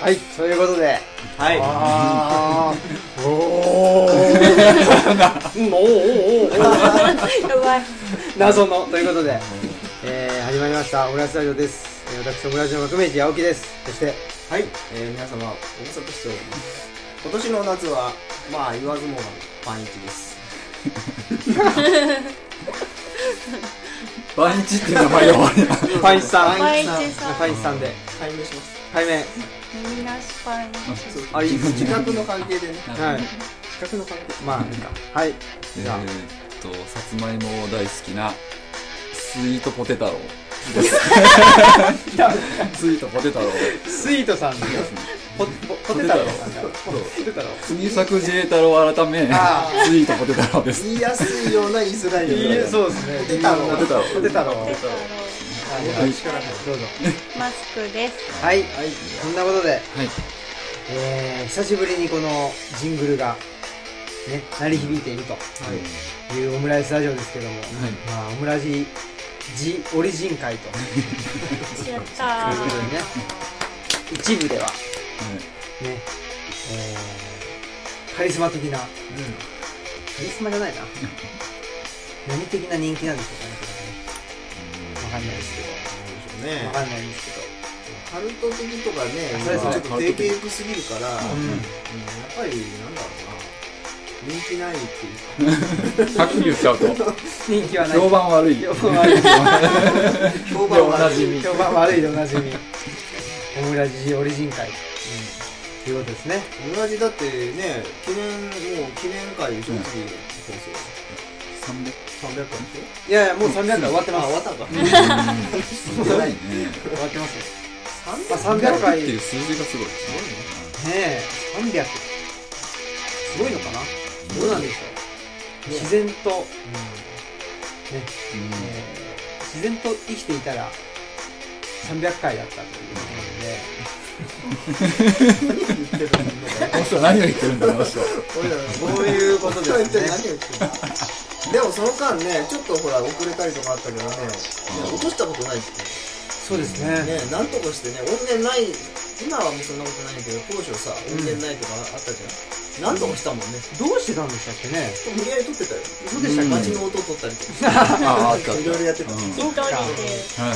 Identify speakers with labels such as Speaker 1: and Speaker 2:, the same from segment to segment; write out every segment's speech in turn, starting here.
Speaker 1: はいということで
Speaker 2: はい
Speaker 1: あー
Speaker 2: うんおーおーおー
Speaker 3: やばい。
Speaker 1: 謎のということで、えー、始まりましたオムライスラジオです、えー、私オムライスの革命児青木ですそして
Speaker 2: はい、えー、皆様ご無沙汰しております今年の夏はまあ言わずもがなパンイチです
Speaker 4: バンチっていう名前で終 わりな
Speaker 1: パインさん
Speaker 3: パイチ
Speaker 1: パ
Speaker 3: さん。
Speaker 1: インさんで
Speaker 2: 解明します
Speaker 1: 対面
Speaker 3: みんなスパイに。
Speaker 2: そう
Speaker 1: あいいです
Speaker 2: 自覚の関係でね
Speaker 1: はい
Speaker 2: 自覚の関係
Speaker 1: まあいいかはい
Speaker 4: え
Speaker 1: じゃあ
Speaker 4: ーっとさつまいも大好きなスイートポテ太郎 ですスイートポテ太郎
Speaker 1: スイートさんでポポテ太郎さんから
Speaker 4: そう
Speaker 1: ポテ太郎
Speaker 4: 杉作自衛太郎改め
Speaker 2: あ
Speaker 4: スイートポテ太郎です
Speaker 2: 言いやすいような言いづらいようない
Speaker 1: いえそうですね
Speaker 2: ポテ太郎
Speaker 1: ポテ太郎ポテ太郎
Speaker 3: テトロ
Speaker 2: はい力入る
Speaker 1: どうぞ
Speaker 3: マスクです。
Speaker 1: はい
Speaker 2: はい
Speaker 1: そんなことで、
Speaker 4: はい
Speaker 1: えー、久しぶりにこのジングルがね鳴り響いているというオムライスラジオですけども、まあ、オムラジジオリジン会と
Speaker 3: やったー。
Speaker 1: ということでね一部ではね、えー、カリスマ的な、カリスマじゃ ないな何的な人気なんでしょうかねこれねわかんないですけど
Speaker 2: ね
Speaker 1: わかんないんです
Speaker 2: カルト的とかね
Speaker 1: それそれ
Speaker 2: 今ちょっと定型よくすぎるか
Speaker 1: けど、
Speaker 2: ら、うんやっぱりなんだろうな人気ないっていうか
Speaker 4: はっきり言っちゃうと
Speaker 1: 人気はない
Speaker 4: 評判悪い
Speaker 1: 評判悪い
Speaker 2: 評判は
Speaker 4: おなじみ
Speaker 1: 評判悪いでおなじみオムラジオリジン会、ということですね
Speaker 2: 同じだってね記念もう記念会でしょ、
Speaker 4: うん
Speaker 2: 次放送300回でし
Speaker 1: いやいやもう300回終わって
Speaker 2: ょあ
Speaker 1: ます
Speaker 2: 終わったか300
Speaker 4: 300少ないね
Speaker 1: 終わってますまあ
Speaker 2: 回
Speaker 1: 300
Speaker 4: 300っ
Speaker 1: 回
Speaker 4: てい
Speaker 1: ね
Speaker 4: う数字がすごい
Speaker 1: え300すごいのかなどうなんでしょう自然と、
Speaker 4: うん
Speaker 1: えー自然と生きていたら300回だったということで
Speaker 2: 言ってるの
Speaker 4: この人は何を言ってるんだろうあの 人は
Speaker 2: 俺ら
Speaker 1: そういうことですね
Speaker 2: 一体何を言ってるのでもその間ねちょっとほら遅れたりとかあったけどねね落としたことないです
Speaker 1: そうです
Speaker 2: ねねなんとかしてね音源ない今はもうそんなことないけど当初さ
Speaker 1: うん
Speaker 2: 音源ないとかあったじゃん、なんとかしたもんね
Speaker 1: どうしてたんでしたっけね
Speaker 2: 無理やり撮ってたよそう
Speaker 4: う
Speaker 2: で
Speaker 4: で
Speaker 2: し
Speaker 4: したた
Speaker 2: 街の音撮ったり とか
Speaker 4: あああったあった
Speaker 2: いろいろやってた
Speaker 4: うん
Speaker 3: 一人で
Speaker 4: はい
Speaker 3: マスクの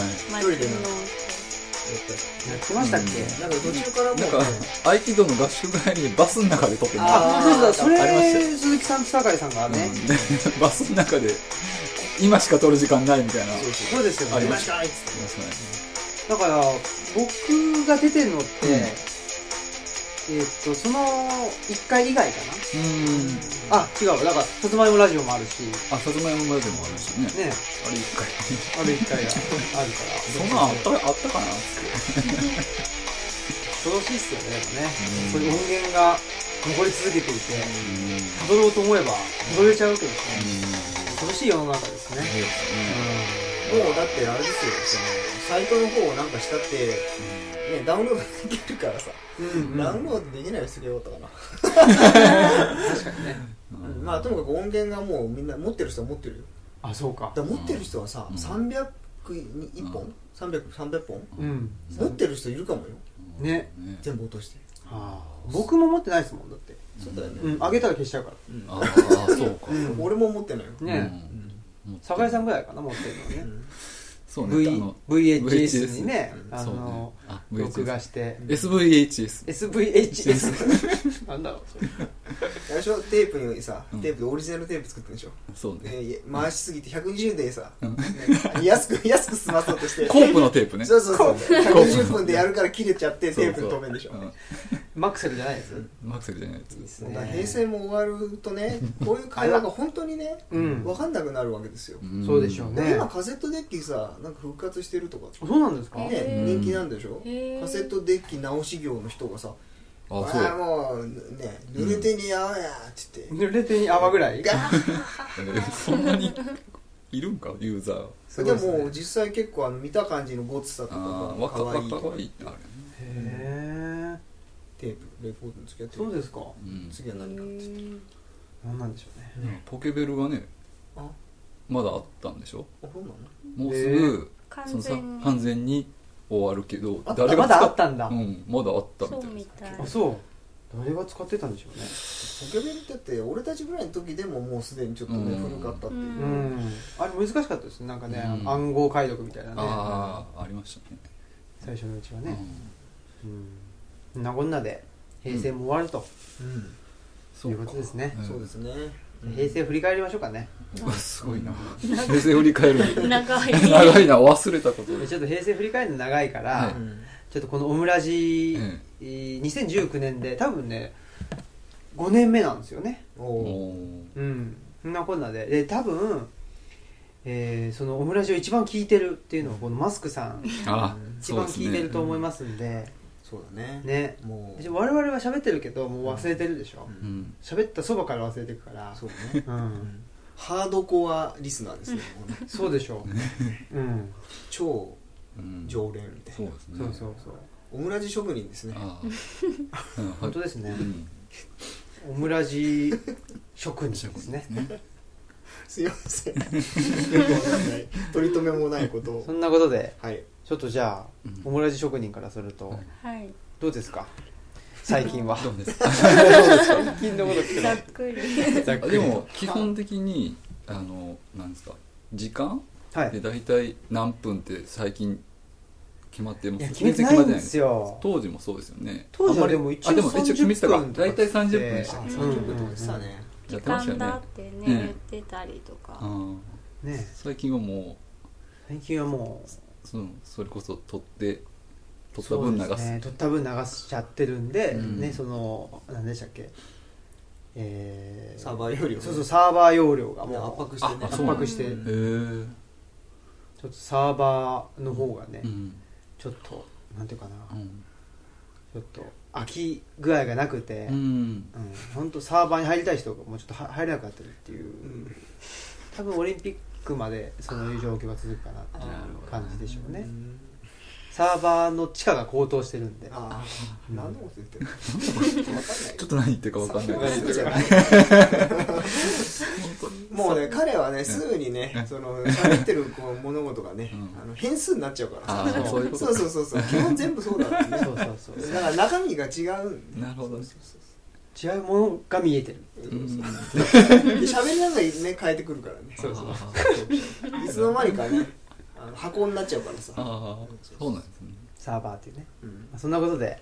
Speaker 1: やってましたっけ、
Speaker 4: うん
Speaker 2: なんか途中からもう
Speaker 4: なん
Speaker 2: ね
Speaker 4: か合気道の合宿帰りにバスの中で撮ってる
Speaker 1: あそうだそれ
Speaker 4: ありましたよ
Speaker 1: 鈴木さんと酒井さんがね、
Speaker 4: うんで バスの中で今しか撮る時間ないみたいな
Speaker 2: そうそう
Speaker 1: そうですよ
Speaker 4: あ
Speaker 1: ね
Speaker 4: り
Speaker 2: 出
Speaker 4: ま
Speaker 2: ま
Speaker 4: し
Speaker 2: したっつって
Speaker 1: だから僕が出てるのって、
Speaker 4: うん
Speaker 1: えーっとその1回以外か
Speaker 4: うん
Speaker 1: なあ違うだからさつまいもラジオもあるし
Speaker 4: あさつまいもラジオもありましたね
Speaker 1: ね
Speaker 4: あれ一回
Speaker 1: ある1回があるか
Speaker 4: そんなんあったあったかな
Speaker 1: ら恐ろしいっすよねでもね、
Speaker 4: うん
Speaker 1: そういう音源が残り続けていてたどろうと思えばたどれちゃうわけですね、恐ろしい世の中ですね、
Speaker 2: もうだってあれですよそのサイトの方をなんかしたって、ね、ダウンロードできるからさ、
Speaker 1: うんうん
Speaker 2: ダウンロードできないようにするよとかな、
Speaker 1: 確かにね
Speaker 2: うんまあともかく音源がもうみんな持ってる人は持ってるよ
Speaker 1: あそうか
Speaker 2: だから持ってる人はさ、
Speaker 4: うん
Speaker 2: 300に1本、
Speaker 4: うん
Speaker 2: 300 300本
Speaker 1: うん
Speaker 2: 持ってる人いるかもよ
Speaker 1: ね
Speaker 4: ね
Speaker 2: 全部落として
Speaker 1: あー僕も持ってないですもんだって
Speaker 2: そうだよね、
Speaker 1: うんあげたら消しちゃうから
Speaker 4: ああそうか
Speaker 1: うん
Speaker 2: 俺も持ってないよ、
Speaker 1: ね
Speaker 4: うん
Speaker 1: 酒井さんぐらいかな持ってるのは
Speaker 2: う
Speaker 1: ね
Speaker 2: ん
Speaker 4: そうね
Speaker 1: v
Speaker 4: あの
Speaker 1: VHS にね、
Speaker 2: VHS
Speaker 1: あ
Speaker 4: そうね
Speaker 1: の、
Speaker 4: あ
Speaker 1: 録
Speaker 4: VHS
Speaker 1: 画して、
Speaker 4: SVHS
Speaker 1: SVHS。なんだろう、それ。
Speaker 2: 最初テープにさ
Speaker 4: うん
Speaker 2: テープでオリジナルテープ作ってるでしょ、
Speaker 4: そうね
Speaker 2: ね、回しすぎて120でさ、
Speaker 4: うん
Speaker 2: ね 安く安く済まそうとして
Speaker 4: コープのテープね
Speaker 2: そうそうそう
Speaker 4: コープ
Speaker 2: 120分でやるから切れちゃってテープに止めるでしょ
Speaker 4: うん
Speaker 1: マクセルじゃないです。
Speaker 4: マクセルじゃないやつです
Speaker 2: だから平成も終わるとねこういう会話が本当にね
Speaker 1: うん
Speaker 2: 分かんなくなるわけですよ、
Speaker 1: そうでしょうね。
Speaker 2: 今
Speaker 1: あ
Speaker 2: カセットデッキさなんか復活してるとか
Speaker 1: そうなんですか
Speaker 3: へ
Speaker 2: ね
Speaker 3: ー
Speaker 2: 人気なんでしょ
Speaker 3: へー
Speaker 2: カセットデッキ直し業の人がさ「
Speaker 4: あ
Speaker 2: あ
Speaker 4: そう
Speaker 2: あもうねぬれて似合うや」っつって
Speaker 1: 濡れてに泡ぐらい
Speaker 2: ガー
Speaker 4: えー そんなにいるんかユーザー
Speaker 1: すご
Speaker 2: で
Speaker 1: いすね
Speaker 2: も実際結構あの見た感じのゴツさとか
Speaker 4: あ
Speaker 2: が
Speaker 4: あ
Speaker 2: 可
Speaker 4: か
Speaker 2: 愛い
Speaker 4: か
Speaker 2: と
Speaker 4: か
Speaker 2: か
Speaker 4: わいいってある
Speaker 1: へ
Speaker 2: テープレコードに付き合っ
Speaker 1: ー。
Speaker 2: て
Speaker 1: そうですか。
Speaker 4: うん
Speaker 2: 次は何かって言って
Speaker 1: なんなんでしょうね。
Speaker 4: ポケベルがね
Speaker 2: あ
Speaker 4: まだあったんでしょ
Speaker 2: あそうなの
Speaker 4: もうすぐ、
Speaker 3: 完
Speaker 4: そのさ
Speaker 3: 全に。
Speaker 4: 完全に構あるけど
Speaker 1: あった
Speaker 4: 誰が
Speaker 1: まだ
Speaker 4: 使
Speaker 1: あったんだ
Speaker 4: うんまだあった
Speaker 3: そ
Speaker 4: みたいうで
Speaker 3: み
Speaker 4: す
Speaker 3: たい
Speaker 1: あそう誰が使ってたんでしょうね
Speaker 2: ポケベルだって俺たちぐらいの時でももうすでにちょっとね
Speaker 4: うん
Speaker 2: 古かったっていう
Speaker 1: う
Speaker 2: う、
Speaker 1: んんあれ難しかったですねなんかね、
Speaker 4: うん
Speaker 1: 暗号解読みたいなね
Speaker 4: ああありましたね
Speaker 1: 最初のうちはね、うん、そんなこんなで平成も終わると、
Speaker 2: うん
Speaker 4: そ
Speaker 1: いうことですね
Speaker 2: そうですね、
Speaker 1: 平成振り返りましょうかね、
Speaker 4: うわすごいな平成振り返るの
Speaker 3: 長い
Speaker 4: 長いな忘れたこと
Speaker 1: で
Speaker 4: で
Speaker 1: ちょっと平成振り返るの長いから、
Speaker 4: は
Speaker 2: う
Speaker 4: い
Speaker 2: ん
Speaker 1: ちょっとこのオムラジ、
Speaker 4: え
Speaker 1: えー2019年で多分ね5年目なんですよね
Speaker 4: お
Speaker 2: お
Speaker 1: う
Speaker 4: ー
Speaker 2: う
Speaker 1: んそんなこんなでで多分、えーそのオムラジを一番聞いてるっていうのはこのマスクさん
Speaker 4: あ
Speaker 1: 一番聞いてると思いますすんで
Speaker 2: そうだね
Speaker 1: ね
Speaker 2: もう
Speaker 1: で我々は喋ってるけどもう忘れてるでしょ
Speaker 2: うん
Speaker 4: うん
Speaker 1: 喋ったそばから忘れていくから
Speaker 2: そうだね
Speaker 1: う
Speaker 2: うんんハードコアリスナーですねもうね
Speaker 1: そうでしょう、うん、
Speaker 2: 超
Speaker 4: うん
Speaker 2: 常連みたい
Speaker 4: そう
Speaker 2: な
Speaker 4: ですね
Speaker 1: そうそうそう
Speaker 2: オムラジ職人ですね
Speaker 4: ああうん
Speaker 1: 本当ですね
Speaker 4: うん
Speaker 1: オムラジ職人ですね
Speaker 2: すいませんよくわかんない取り留めもないことを
Speaker 1: そんなことで
Speaker 2: はい
Speaker 1: ちょっとじゃあ
Speaker 4: うん
Speaker 1: オムラジ職人からすると
Speaker 4: はい
Speaker 3: はい
Speaker 1: どうですか最近は
Speaker 4: どうですか
Speaker 1: 最近のこと聞
Speaker 3: ざっくり
Speaker 1: くざっ
Speaker 4: あ
Speaker 1: くり
Speaker 4: でも基本的にあのなんですか時間
Speaker 1: は
Speaker 4: で
Speaker 1: い
Speaker 4: 大体何分って最近決まってま
Speaker 1: い
Speaker 4: す
Speaker 1: や決めてないんですよ
Speaker 4: 当時もそうですよね
Speaker 1: 当時は
Speaker 4: あんまり
Speaker 1: でも一応
Speaker 4: あでも一応決めてたか
Speaker 1: 30分とか
Speaker 4: 大体30分でし
Speaker 2: あ
Speaker 4: た
Speaker 1: う
Speaker 4: っ
Speaker 1: ん
Speaker 4: け
Speaker 2: 30分とかでしたね
Speaker 4: や
Speaker 3: 時
Speaker 4: ってまし
Speaker 3: 間
Speaker 4: たよね
Speaker 3: だってね
Speaker 4: うん
Speaker 3: 言ってたりとか、
Speaker 4: あ
Speaker 1: ね
Speaker 4: あ最近はも
Speaker 1: 最近はもう
Speaker 4: うそのそれこそ取って取った分流
Speaker 1: そうです
Speaker 4: す
Speaker 1: ね取った分流しちゃってるんで、
Speaker 4: うん
Speaker 1: ねその何でしたっけえー、
Speaker 2: サーバー容量
Speaker 1: そうそうサーバー容量が
Speaker 2: もう
Speaker 1: も
Speaker 2: 圧迫してね
Speaker 4: あ
Speaker 1: 圧
Speaker 4: そうなん
Speaker 1: 迫
Speaker 4: だ
Speaker 1: してち
Speaker 3: う
Speaker 4: へえ
Speaker 1: ょっとサーバーの方がね、
Speaker 4: うん
Speaker 1: ちょっとなんていうかな、
Speaker 4: うん
Speaker 1: ちょっと空き具合がなくて、
Speaker 4: う
Speaker 1: うん
Speaker 4: ん
Speaker 1: 本当サーバーに入りたい人がもうちょっとは入れなくなってるっていう、多分オリンピックまでそういう状況が続くかなっていう感じでしょうね
Speaker 2: うん
Speaker 1: サーバーの地価が高騰してるんで
Speaker 2: ああ何のこと言ってる
Speaker 4: ちょっと何言ってるか分かんないですけど
Speaker 2: もうね彼はねすぐにねその喋ってるこう物事がね
Speaker 4: うん
Speaker 2: あの変数になっちゃうから
Speaker 4: あーそういうこと
Speaker 2: そうそうそうそう基本全部そうだからね
Speaker 1: そうそうそう
Speaker 2: だから中身が違うん
Speaker 4: なるほど
Speaker 2: そうそう
Speaker 1: 違うものが見えてる
Speaker 2: そう
Speaker 4: う
Speaker 2: そうんそうで喋りながらね変えてくるからね
Speaker 1: そうそう
Speaker 4: ああ
Speaker 2: いつの間にかねあの箱になっちゃうからさ
Speaker 4: ああそうなんですね
Speaker 1: サーバーっていうね、
Speaker 2: うん
Speaker 1: まあ、そんなことで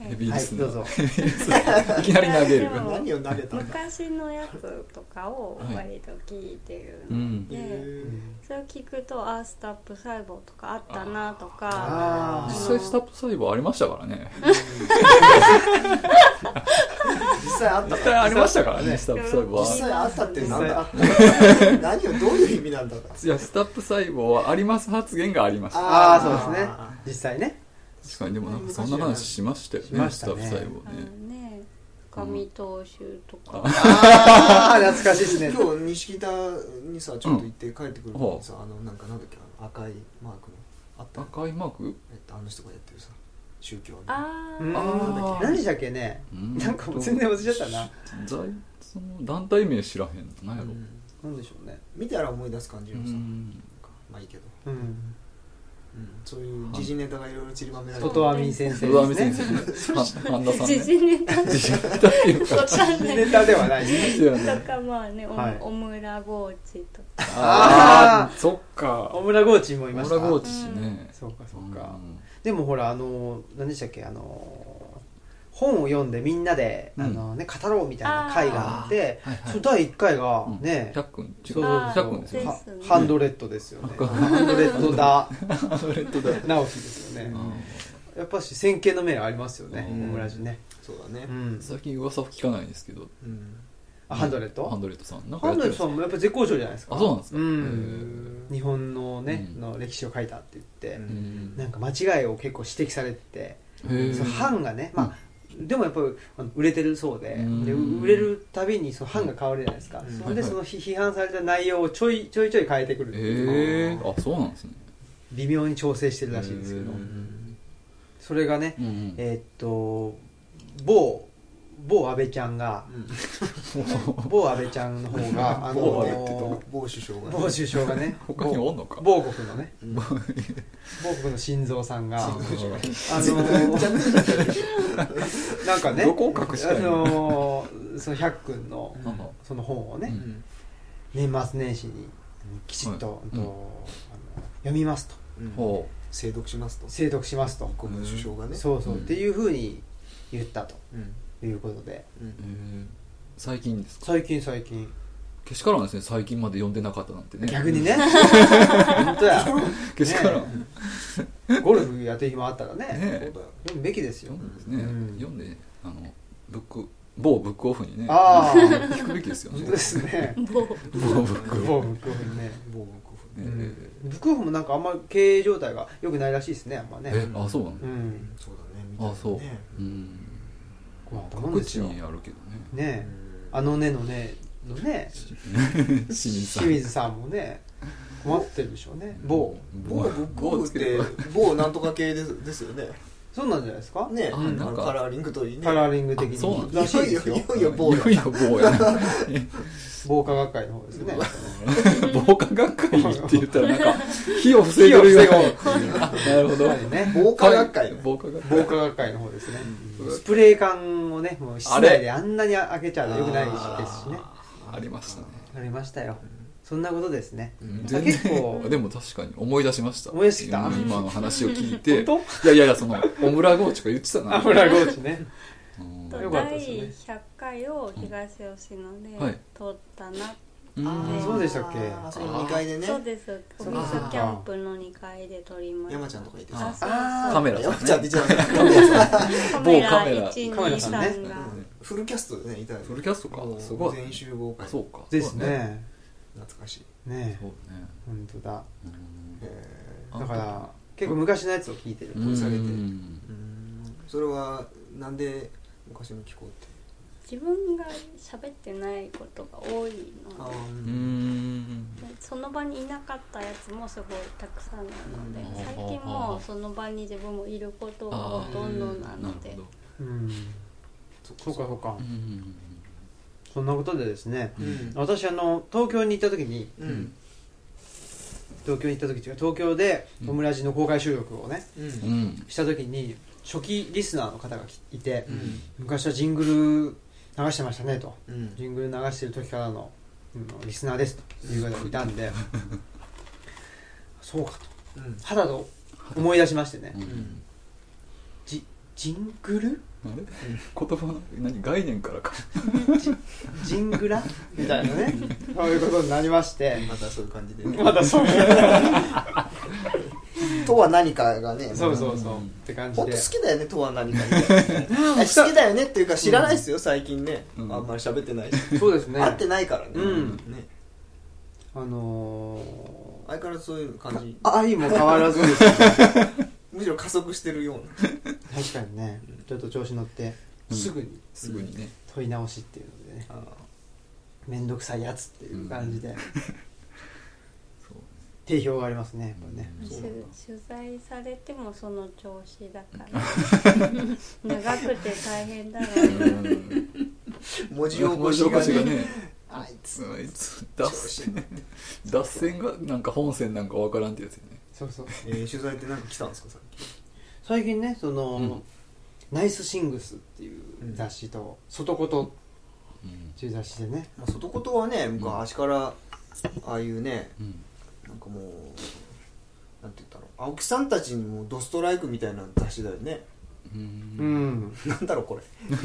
Speaker 4: ヘビーリスナー
Speaker 1: はいどうぞ
Speaker 4: ヘビーリスナーいきなり投げる
Speaker 3: いやでも
Speaker 2: 何を投げたんだ
Speaker 3: 昔のやつとかを割と聞いてるので、
Speaker 2: へ
Speaker 3: それを聞くとあースタップ細胞とかあったなとか
Speaker 1: あ
Speaker 4: 実
Speaker 1: ー
Speaker 4: 際スタップ細胞ありましたからね
Speaker 2: ー実際あった
Speaker 4: 実
Speaker 2: か
Speaker 4: 際
Speaker 2: ら
Speaker 4: ありましたからねスタップ細胞
Speaker 2: 実
Speaker 4: は
Speaker 2: 際あったってなんだ 何をどういう意味なんだか
Speaker 4: いやスタップ細胞はあります発言がありました
Speaker 1: ああ
Speaker 2: あー
Speaker 1: そうですね実際ね
Speaker 4: 確かにでもなんかそんな話しましたよね
Speaker 1: しまし
Speaker 4: ス
Speaker 1: た
Speaker 4: タ
Speaker 1: ね
Speaker 4: ッフ細胞
Speaker 3: あの
Speaker 4: ね
Speaker 3: ね紙投手とか、
Speaker 1: ああ懐かしいですね
Speaker 2: 今日錦田にさちょっと行って帰ってくるのにさ、あのなんかなんだっけあの赤いマークのあった、
Speaker 4: 赤いマーク
Speaker 2: えっと、あの人がやってるさ宗教の
Speaker 3: あ
Speaker 1: うん
Speaker 3: ー
Speaker 4: あー
Speaker 1: 何でしたっけね
Speaker 4: うん
Speaker 1: なんかもう全然忘れちゃったな
Speaker 4: 在その団体名知らへんのなんや
Speaker 2: う
Speaker 4: ろ
Speaker 2: ん
Speaker 1: なんでしょうね
Speaker 2: 見たら思い出す感じ
Speaker 4: う
Speaker 2: のさ、なん
Speaker 4: ん
Speaker 2: かまあいいけど、
Speaker 1: うん
Speaker 2: うん、そういう時事ネタがいろいろ散りばめられて
Speaker 1: 外網先生
Speaker 4: 上見
Speaker 1: で
Speaker 4: 先
Speaker 1: すね
Speaker 4: 生は半田さん
Speaker 3: 時
Speaker 4: ね
Speaker 3: 事ネ タ
Speaker 4: 自信だっていうか
Speaker 3: わかんない
Speaker 1: ネタではないですね
Speaker 4: そうや
Speaker 3: と
Speaker 4: ね
Speaker 3: かまあね、お
Speaker 1: はい
Speaker 3: オムラゴーチとか
Speaker 4: あ
Speaker 1: あ
Speaker 4: あそっか
Speaker 1: オ
Speaker 4: オ
Speaker 1: ムラゴーチもいま
Speaker 4: ム
Speaker 1: した
Speaker 4: ラゴーチ氏ね
Speaker 1: そうかそう
Speaker 4: う
Speaker 1: か
Speaker 4: ん
Speaker 1: でもほらあの何でしたっけあの本を読んでみんなであのね語ろうみたいな会があって
Speaker 4: はいは
Speaker 1: その
Speaker 4: い
Speaker 1: 第1回が
Speaker 4: うん
Speaker 1: ね
Speaker 4: 100君違
Speaker 1: そう
Speaker 4: う
Speaker 1: そう
Speaker 4: 100君ですよ
Speaker 3: ね
Speaker 4: ね
Speaker 1: はハンドレッドですよね。
Speaker 4: うん
Speaker 1: ハンドレッドだ
Speaker 4: ハンドレッドだ
Speaker 1: 直樹ですよね。やっぱし先見の明ありますよね、オ
Speaker 4: うん
Speaker 1: ムラジね。
Speaker 2: そうだね
Speaker 1: う、ん。
Speaker 4: 最近噂を聞かないですけど
Speaker 2: うん
Speaker 1: あハンドレッ
Speaker 4: ハン
Speaker 1: ド
Speaker 4: ドレッドさんなんか
Speaker 1: ハ
Speaker 4: やっ
Speaker 1: ン
Speaker 4: て
Speaker 1: ドレッ
Speaker 4: るんです
Speaker 1: ド
Speaker 4: か
Speaker 1: さんもやっぱ絶好調じゃないですか。
Speaker 4: あそうなんですか
Speaker 1: う
Speaker 4: へ
Speaker 1: ん。
Speaker 4: ー
Speaker 1: 日本のね、
Speaker 4: うん
Speaker 1: の歴史を書いたって言って
Speaker 2: う、
Speaker 4: ん
Speaker 1: なんか間違いを結構指摘されてて、
Speaker 4: へえ
Speaker 1: その版がね、まあ、でもやっぱりあの売れてるそうで
Speaker 4: うん
Speaker 1: で売れるたびにその版が変わるじゃないですか、
Speaker 2: うん
Speaker 1: それでその批批判された内容をちょいちょいちょい変えてくるっていう
Speaker 4: ええあそうなんですね
Speaker 1: 微妙に調整してるらしいんですけど
Speaker 4: へー
Speaker 1: それがね
Speaker 4: うんうん
Speaker 1: えーっと某某安倍ちゃんが某安倍ちゃんの方 があ
Speaker 2: 某
Speaker 1: の
Speaker 2: 安倍って
Speaker 1: 某
Speaker 2: 某首相が、
Speaker 1: 首相がね
Speaker 4: 他におんのか
Speaker 1: 某某国のね
Speaker 2: うん
Speaker 1: 某国の心臓さんがあの
Speaker 2: めちゃ
Speaker 1: ー
Speaker 2: めちゃ
Speaker 1: なんかね
Speaker 4: どこを隠した
Speaker 1: あ
Speaker 4: いの
Speaker 1: のーその百君の
Speaker 4: うんうん
Speaker 1: その本をね、
Speaker 4: うん
Speaker 1: 年末年始にきちっと,、
Speaker 4: うん
Speaker 1: とあの読みますと
Speaker 2: うん
Speaker 4: ほ
Speaker 2: 精読しますと
Speaker 1: 精読しますと、
Speaker 2: 国首相がね
Speaker 1: そうそう、
Speaker 4: うん
Speaker 1: っていうふうに言ったと
Speaker 2: うん
Speaker 1: いうことで
Speaker 2: うん
Speaker 4: う、えー最近ですか
Speaker 1: 最近最近
Speaker 4: けしからんですね最近まで読んでなかったなんてね
Speaker 1: 逆 にね本当や
Speaker 4: けしからん、
Speaker 1: ゴルフやってる暇あったらね
Speaker 4: ね
Speaker 2: そうだよ
Speaker 1: 読むべきですよ、
Speaker 4: 読んでですね、
Speaker 1: うん
Speaker 4: 読んであのブック某ブックオフにね
Speaker 1: ああ
Speaker 4: 聞くべきですよ
Speaker 1: 本
Speaker 4: ね
Speaker 1: 当ですね
Speaker 3: 某
Speaker 4: 某ブック
Speaker 1: 某
Speaker 4: オフ、ね
Speaker 1: ブックオフね、
Speaker 2: 某国古墳
Speaker 1: う
Speaker 4: え
Speaker 1: ん、ブックオフもなんかあんま経営状態が良くないらしいですねあんまね
Speaker 4: えあそうなの、
Speaker 1: うん
Speaker 2: そうだねみたいな
Speaker 4: あ
Speaker 2: ね
Speaker 4: そう、うんん
Speaker 1: 困ったもん
Speaker 4: 各
Speaker 1: です
Speaker 4: 地
Speaker 1: よ
Speaker 4: にあるけどね
Speaker 1: ねあのねのねのね
Speaker 4: 清水さん
Speaker 1: 清水さんもね困ってるでしょうね某
Speaker 2: 某ブックオフっ
Speaker 4: つけれ
Speaker 2: て
Speaker 4: ば
Speaker 2: 某なんとか系ですですよね
Speaker 1: そうなんじゃないですか
Speaker 2: ね
Speaker 4: あ
Speaker 2: あ
Speaker 4: な
Speaker 2: の
Speaker 4: んか
Speaker 2: カラーリングといいね
Speaker 1: カラーリング的
Speaker 4: あそうなん
Speaker 1: に
Speaker 4: だ
Speaker 1: らしいですよ
Speaker 2: いやいや某や
Speaker 4: いや某やな
Speaker 1: 某科学会の方ですね
Speaker 4: 某科学会って言ったらなんか火を防いでるような
Speaker 1: 火を
Speaker 4: あなるほど
Speaker 1: はいね
Speaker 2: 防火学会の
Speaker 4: 防火学
Speaker 1: 某
Speaker 4: 会
Speaker 1: 科学会の方ですね
Speaker 4: うん
Speaker 1: スプレー缶をねもう室
Speaker 4: あ
Speaker 1: 内
Speaker 4: れ
Speaker 1: であんなに開けちゃうとよくないですしね
Speaker 4: あーありましたね
Speaker 1: ありましたよそんなことですね
Speaker 2: うん
Speaker 1: あ結構
Speaker 4: でも確かに思い出しました
Speaker 1: 思い出してきた
Speaker 4: うん今の話を聞いて
Speaker 1: 本
Speaker 4: いやいやいやそのオムラゴーチとか言ってたな
Speaker 1: アムラゴーチね
Speaker 4: うん
Speaker 1: よかったで
Speaker 3: 第
Speaker 1: すね
Speaker 3: 100回を東吉野で
Speaker 4: はい
Speaker 3: 撮ったな、
Speaker 4: うん
Speaker 1: そうでしたっけ
Speaker 2: あーその2階でね
Speaker 3: そうですオフィスキャンプの2階で撮りました
Speaker 2: 山ちゃんとかいて
Speaker 3: あ
Speaker 2: さ
Speaker 3: そう
Speaker 1: あー
Speaker 4: カメラ
Speaker 2: 山
Speaker 4: さん
Speaker 2: ちゃんって言っちゃう
Speaker 3: そうカ
Speaker 4: 某カ
Speaker 3: メ
Speaker 4: メ
Speaker 3: ラ
Speaker 4: ラ
Speaker 3: 123
Speaker 1: カメラさんね
Speaker 3: が、
Speaker 2: フルキャストでねいたよね
Speaker 4: フルキャストか
Speaker 2: もう
Speaker 4: すごい
Speaker 2: 全集合
Speaker 4: あ
Speaker 2: 会
Speaker 4: そうか
Speaker 1: です
Speaker 4: そうだ
Speaker 1: ね
Speaker 2: 懐かしい
Speaker 1: ね
Speaker 4: そうだね
Speaker 1: 本当だ
Speaker 4: うん
Speaker 2: え
Speaker 4: あ
Speaker 1: だから結構昔のやつを聞いてる
Speaker 4: うん
Speaker 2: 掘り下げて
Speaker 4: うん
Speaker 2: ーうんそれはなんで昔の聞こうって
Speaker 3: 自分が喋ってないことが多い
Speaker 2: あ
Speaker 3: の
Speaker 2: ー
Speaker 3: で
Speaker 4: う
Speaker 2: うん
Speaker 4: ん
Speaker 3: その場にいなかったやつもすごいたくさんなので
Speaker 2: うん
Speaker 3: 最近もうその場に自分もいることがほとんどなので
Speaker 1: うん
Speaker 2: そっか
Speaker 1: そうかそうか
Speaker 4: うん
Speaker 1: そんなことでですね
Speaker 2: うん
Speaker 1: 私あの東京に行った時に
Speaker 2: うんうん
Speaker 1: 東京に行った時というか東京でオムラジの公開収録をね
Speaker 2: う
Speaker 4: うんん
Speaker 1: した時に初期リスナーの方がきいて
Speaker 2: うん
Speaker 1: 昔はジングル流してましたねと
Speaker 2: うん
Speaker 1: ジングル流してる時からのうんリスナーですという方がいたんでそうかと
Speaker 2: うん
Speaker 1: 肌と思い出しましてね
Speaker 4: うん
Speaker 2: ん
Speaker 1: ジジングル
Speaker 4: あれ言葉の何概念からか
Speaker 1: ジングラみたいなねそういうことになりまして
Speaker 2: またそういう感じで
Speaker 1: またそう
Speaker 2: とは何かがね
Speaker 1: そうそうそうって感じ
Speaker 2: 本当
Speaker 1: で
Speaker 2: 好きだよねとは何か あ好きだよねっていうか知らないですよ最近ねあ
Speaker 4: うんん
Speaker 2: まり喋ってないし
Speaker 1: そうですね
Speaker 2: 会ってないからね
Speaker 1: うん
Speaker 2: ね
Speaker 1: あの
Speaker 2: 相変わらずそういう感じ
Speaker 1: ー、愛も変わらずです ね
Speaker 2: むしろ加速してるよう
Speaker 1: 確かにねちょっと調子乗って
Speaker 4: うん
Speaker 1: すぐに
Speaker 4: すぐにね
Speaker 1: 問い直しっていうのでね
Speaker 2: なあ
Speaker 1: 面倒くさいやつっていう感じで
Speaker 4: そう
Speaker 1: 定評がありますねやっぱね
Speaker 4: うん
Speaker 3: し
Speaker 4: そうなんだ
Speaker 3: 取材されてもその調子だから長くて大変だろうな
Speaker 2: ー文字
Speaker 4: 文
Speaker 2: 起
Speaker 4: 字起
Speaker 2: こ
Speaker 4: こ
Speaker 2: し
Speaker 4: し
Speaker 2: が
Speaker 4: が
Speaker 2: ね
Speaker 4: ね
Speaker 2: あいつ
Speaker 4: あいつ
Speaker 2: 調
Speaker 4: 脱
Speaker 2: 子
Speaker 4: 線脱線がなんか本線なんかわからんってやつよね
Speaker 1: そうそう
Speaker 2: えー取材ってなんか来たんですかさっき
Speaker 1: 最近ねその、
Speaker 4: うん
Speaker 1: ナイスシングスっていう雑誌と、外ことっていう雑誌でね
Speaker 2: まあ外言はね昔からああいうね
Speaker 4: うん
Speaker 2: なんかもうなんて言ったろう青木さんたちにもドストライクみたいな雑誌だよね
Speaker 4: う
Speaker 1: うんん、
Speaker 2: なんだろうこれ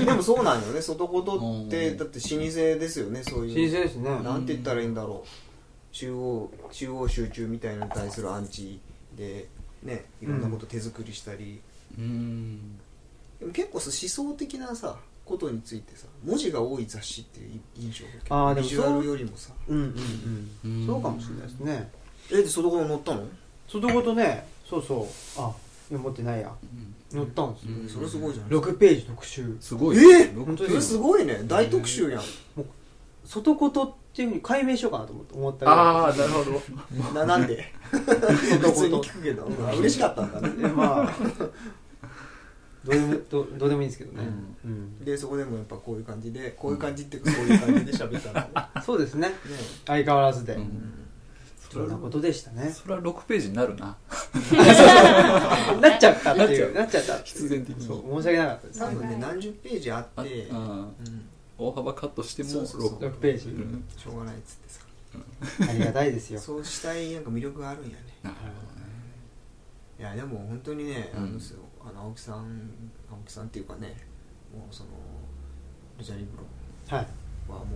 Speaker 2: でもそうなんよね外言ってだって老舗ですよねそう
Speaker 1: 新
Speaker 2: いう
Speaker 1: 鮮ですね
Speaker 2: なんて言ったらいいんだろう中央中央集中みたいなのに対するアンチでねいろんなこと手作りしたり、
Speaker 4: うん
Speaker 2: でも結構さ思想的なさことについてさ文字が多い雑誌っていう印象
Speaker 1: あ
Speaker 2: が
Speaker 1: ー
Speaker 2: 結構
Speaker 1: で
Speaker 2: ビ
Speaker 1: も
Speaker 2: ジュアルよりもさ
Speaker 1: うんうんう
Speaker 4: うんん
Speaker 1: そうかもしれないですね
Speaker 2: えで外言乗ったの、
Speaker 1: 外ことねそうそうあいや持ってないや載ったんですよ、
Speaker 4: うん
Speaker 2: それすごいじゃない
Speaker 1: 6ページ特集
Speaker 4: すごい
Speaker 2: えー
Speaker 4: 六
Speaker 1: 本当
Speaker 2: そ
Speaker 1: に
Speaker 2: れすごいね大特集やん
Speaker 1: 外ことっていうふうに解明しようかなと思って思った
Speaker 4: ああなるほど
Speaker 2: ななんで 普通に聞くけどうん嬉しかったんだね
Speaker 1: あまあどうでもどどうでもいいんですけどね、うん
Speaker 2: でそこでもやっぱこういう感じでこういう感じっていうかこういう感じで喋ったんでね
Speaker 1: そうですね相変わらずで、
Speaker 4: うん
Speaker 1: そんなことでしたね
Speaker 4: それは6ページになるな
Speaker 1: なっちゃったっていうな
Speaker 4: な
Speaker 1: っちゃったっていう
Speaker 4: 必然的に
Speaker 1: そう申し訳なかったです
Speaker 2: 多分ね何十ページあ
Speaker 4: あ
Speaker 2: っ
Speaker 4: う
Speaker 2: て
Speaker 4: ん
Speaker 2: うん
Speaker 4: 大幅カットしても
Speaker 2: そうそうそ
Speaker 4: 6
Speaker 2: う
Speaker 1: 6ページ、
Speaker 4: うん
Speaker 2: しょうがないっつってさ
Speaker 1: ありがたいですよ
Speaker 2: そうしたいなんか魅力があるんやね
Speaker 4: なるほどね
Speaker 2: いやでも本当にね、
Speaker 4: うん
Speaker 2: あのすあの青木さん青木さんっていうかねもうそのルチャリブ
Speaker 1: はい
Speaker 2: ロはもう